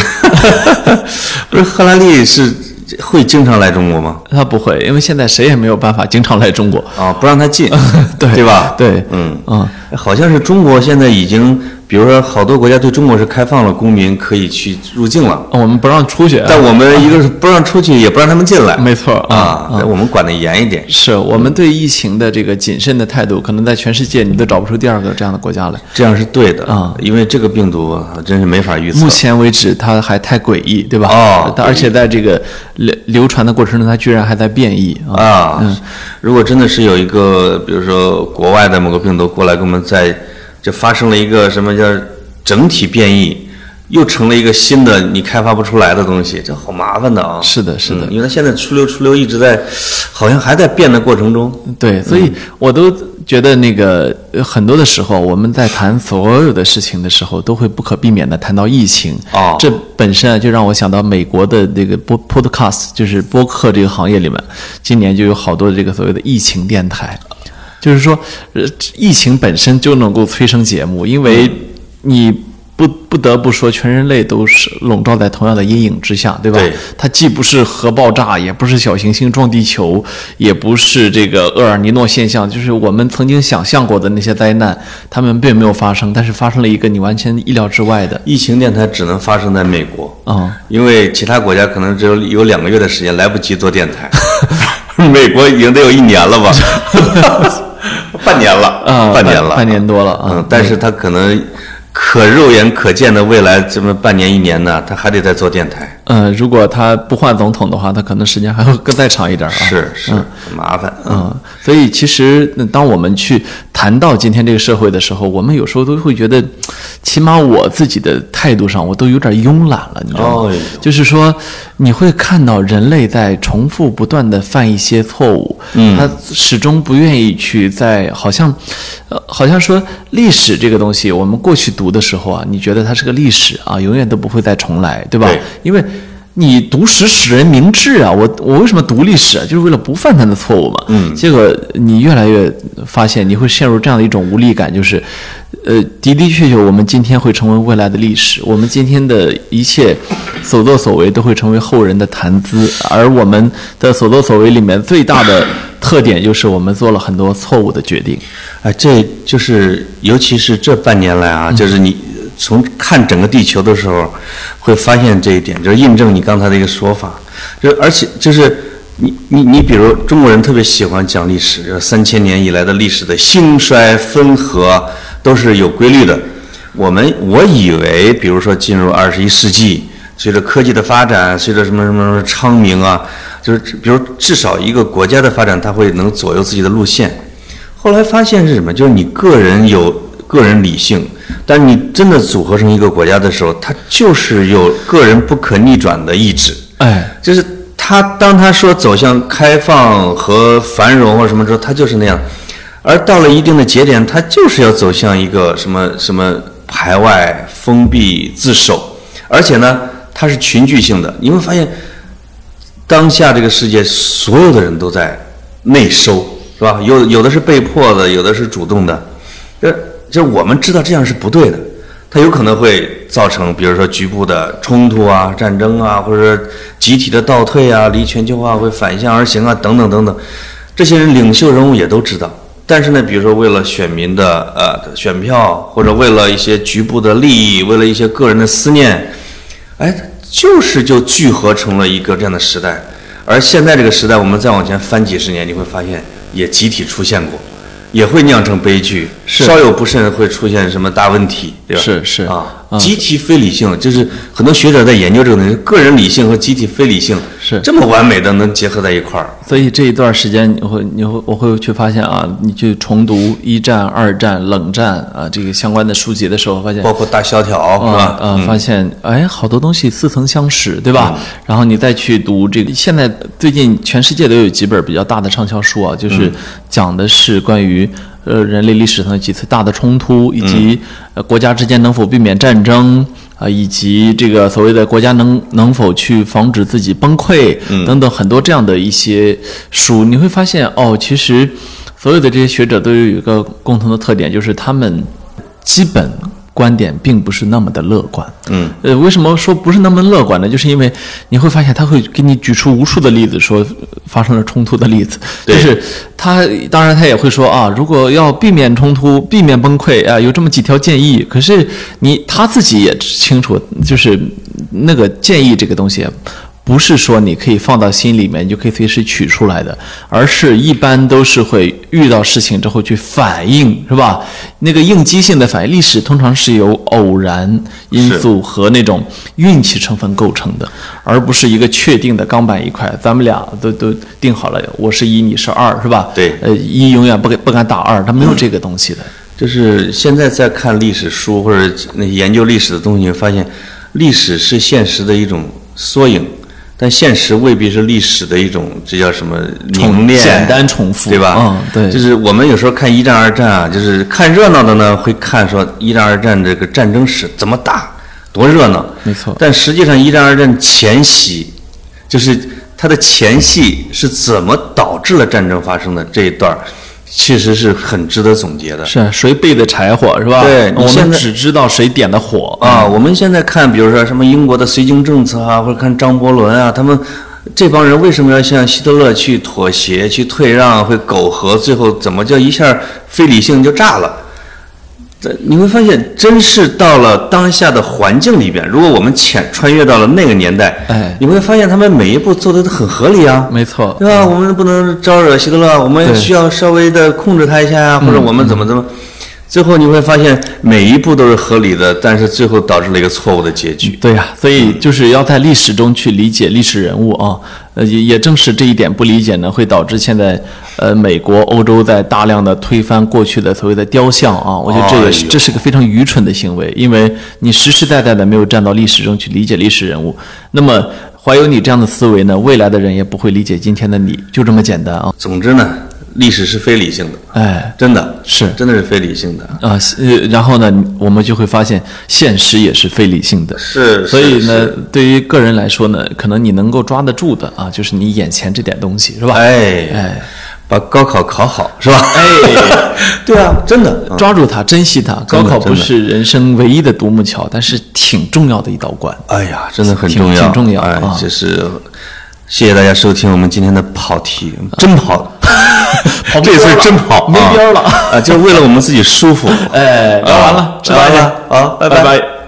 S2: 不是赫拉利是会经常来中国吗？
S1: 他不会，因为现在谁也没有办法经常来中国。
S2: 啊，不让他进，
S1: 嗯对
S2: 对吧？
S1: 对，
S2: 嗯
S1: 嗯，
S2: 好像是中国现在已经，比如说好多国家对中国是开放了，公民可以去入境了，
S1: 我们不让出去，
S2: 但我们一个是不让出去，也不让他们进来。
S1: 没错嗯
S2: 啊，那我们管得严一点。
S1: 是我们对疫情的这个谨慎的态度，可能在全世界你都找不出第二个这样的国家来。
S2: 这样是对的
S1: 啊，
S2: 因为这个病毒啊真是没法预测
S1: 目。前为止，它还太诡异，对吧？
S2: 哦
S1: 它而且在这个流流传的过程中，它居然还在变异啊！
S2: 啊，如果真的是有一个，比如说国外的某个病毒过来，跟我们在这发生了一个什么叫整体变异，又成了一个新的你开发不出来的东西，这好麻烦的啊！
S1: 是的是的
S2: 嗯因为它现在出溜出溜一直在，好像还在变的过程中。
S1: 对，所以我都觉得那个呃很多的时候，我们在谈所有的事情的时候，都会不可避免的谈到疫情。
S2: 哦
S1: 这本身啊就让我想到美国的这个播 podcast，就是播客这个行业里面，今年就有好多这个所谓的疫情电台，就是说，呃，疫情本身就能够催生节目，因为你。不不得不说，全人类都是笼罩在同样的阴影之下，对吧？
S2: 对
S1: 它既不是核爆炸，也不是小行星撞地球，也不是这个厄尔尼诺现象，就是我们曾经想象过的那些灾难，它们并没有发生，但是发生了一个你完全意料之外的。
S2: 疫情电台只能发生在美国，
S1: 啊、
S2: 因为其他国家可能只有有两个月的时间，来不及做电台。
S1: [LAUGHS]
S2: 美国已经得有一年了吧？半年了，
S1: 啊，
S2: 呃半年了，
S1: 半年多了啊、
S2: 嗯，但是他可能可肉眼可见的未来这么半年一年呢，他还得再做电台。
S1: 呃，如果他不换总统的话，他可能时间还会 [LAUGHS] 更再长一点啊。
S2: 是是，很麻烦。嗯，
S1: 嗯，所以其实那当我们去谈到今天这个社会的时候，我们有时候都会觉得，起码我自己的态度上，我都有点慵懒了，你知道吗？
S2: 哦
S1: 就是说，你会看到人类在重复不断的犯一些错误，嗯，他始终不愿意去在好像，呃，好像说历史这个东西，我们过去读的时候啊，你觉得它是个历史啊，永远都不会再重来，对吧？
S2: 对
S1: 因为你读史使人明智啊，我我为什么读历史啊？就是为了不犯他的错误嘛。嗯，结果你越来越发现，你会陷入这样的一种无力感，就是，呃，的的确确，我们今天会成为未来的历史，我们今天的一切所作所为都会成为后人的谈资，而我们的所作所为里面最大的特点就是我们做了很多错误的决定。
S2: 哎，这就是尤其是这半年来啊，就是你从看整个地球的时候，会发现这一点，就是印证你刚才的一个说法。就而且就是你你你，比如中国人特别喜欢讲历史，就是三千年以来的历史的兴衰分合都是有规律的。我们我以为，比如说进入二十一世纪，随着科技的发展，随着什么什么什么昌明啊，就是比如至少一个国家的发展，它会能左右自己的路线。后来发现是什么？就是你个人有个人理性，但你真的组合成一个国家的时候，它就是有个人不可逆转的意志。
S1: 哎，
S2: 就是他当他说走向开放和繁荣或者什么时候，他就是那样；而到了一定的节点，他就是要走向一个什么什么排外、封闭、自守，而且呢，它是群聚性的。你会发现，当下这个世界，所有的人都在内收，是吧？有有的是被迫的，有的是主动的。这这我们知道这样是不对的，它有可能会造成，比如说局部的冲突啊、战争啊，或者集体的倒退啊，离全球化会反向而行啊，等等等等。这些人领袖人物也都知道，但是呢，比如说为了选民的呃选票，或者为了一些局部的利益，为了一些个人的思念，哎，就是就聚合成了一个这样的时代。而现在这个时代，我们再往前翻几十年，你会发现也集体出现过，也会酿成悲剧，
S1: 是
S2: 稍有不慎会出现什么大问题，对吧？
S1: 是是
S2: 啊，
S1: 嗯
S2: 集体非理性就是很多学者在研究这个东西，个人理性和集体非理性
S1: 是
S2: 这么完美的能结合在一块儿。
S1: 所以这一段时间，你会你会我会去发现啊，你去重读一战、二战、冷战啊这个相关的书籍的时候，发现
S2: 包括大萧条，是
S1: 啊
S2: 吧？嗯
S1: 呃，发现哎，好多东西似曾相识，对吧？然后你再去读这个，现在最近全世界都有几本比较大的畅销书啊，
S2: 嗯
S1: 就是讲的是关于。呃，人类历史上的几次大的冲突，以及、
S2: 嗯
S1: 呃国家之间能否避免战争啊、以及这个所谓的国家能能否去防止自己崩溃、
S2: 嗯
S1: 等等很多这样的一些书，你会发现哦，其实所有的这些学者都有一个共同的特点，就是他们基本观点并不是那么的乐观。嗯，呃，为什么说不是那么乐观呢？就是因为你会发现他会给你举出无数的例子，说发生了冲突的例子。就
S2: 对
S1: 是他当然他也会说啊，如果要避免冲突、避免崩溃啊，有这么几条建议。可是你他自己也清楚，就是那个建议这个东西。不是说你可以放到心里面，你就可以随时取出来的，而是一般都是会遇到事情之后去反应，是吧？那个应激性的反应，历史通常是由偶然因素和那种运气成分构成的，而不是一个确定的钢板一块。咱们俩都都定好了，我是一，你是二，是吧？
S2: 对
S1: 呃，一永远不给不敢打二，他没有这个东西的。
S2: 就是现在在看历史书或者那些研究历史的东西，你会发现历史是现实的一种缩影，但现实未必是历史的一种，这叫什么凝
S1: 重
S2: 练？
S1: 简单重复，
S2: 对吧？
S1: 嗯，对，
S2: 就是我们有时候看一战、二战啊，就是看热闹的呢，会看说一战、二战这个战争史怎么打，多热闹。
S1: 没错
S2: 但实际上，一战、二战前夕，就是它的前戏是怎么导致了战争发生的这一段儿，其实是很值得总结的。
S1: 是啊谁备的柴火是吧？
S2: 对你
S1: 我
S2: 现
S1: 们
S2: 在
S1: 只知道谁点的火，
S2: 啊，我们现在看，比如说什么英国的绥靖政策啊，或者看张伯伦啊，他们这帮人为什么要向希特勒去妥协、去退让、会苟合，最后怎么叫一下非理性就炸了？这你会发现，真是到了当下的环境里边，如果我们潜穿越到了那个年代，
S1: 哎
S2: 你会发现他们每一步做的都很合理啊，
S1: 没错，
S2: 对吧？我们不能招惹希特勒，我们
S1: 对嗯
S2: 需要稍微的控制他一下呀、或者我们怎么怎么。最后你会发现每一步都是合理的，但是最后导致了一个错误的结局。
S1: 对呀、所以就是要在历史中去理解历史人物啊。呃，也也正是这一点不理解呢，会导致现在呃美国、欧洲在大量的推翻过去的所谓的雕像啊。我觉得这也是、
S2: 哎呦
S1: 这是个非常愚蠢的行为，因为你实实在在的没有站到历史中去理解历史人物。那么怀有你这样的思维呢，未来的人也不会理解今天的你，就这么简单啊。
S2: 总之呢，历史是非理性的，
S1: 哎，
S2: 真的
S1: 是
S2: 真的是非理性的。
S1: 啊、呃，然后呢，我们就会发现现实也是非理性的。
S2: 是哎
S1: 所以呢，，对于个人来说呢，可能你能够抓得住的啊，就是你眼前这点东西，是吧？
S2: 哎
S1: 哎，
S2: 把高考考好是吧？
S1: [LAUGHS] 哎，
S2: 对啊，真的。
S1: 抓住它，珍惜它。高
S2: 真的
S1: 考不
S2: 真的
S1: 是人生唯一的独木桥，但是挺重要的一道关。
S2: 哎呀，真的很
S1: 挺
S2: 重要，
S1: 挺重要
S2: 哎
S1: 啊，
S2: 就是谢谢大家收听我们今天的跑题，真跑，
S1: 啊跑不
S2: 这
S1: 掉
S2: 次
S1: 了
S2: 真跑，
S1: 没边儿了
S2: 呃
S1: [LAUGHS]
S2: 啊，啊就是为了我们自己舒服。
S1: 哎，聊完了，
S2: 啊
S1: 吃完了，
S2: 聊完了好拜
S1: 拜
S2: 拜
S1: 拜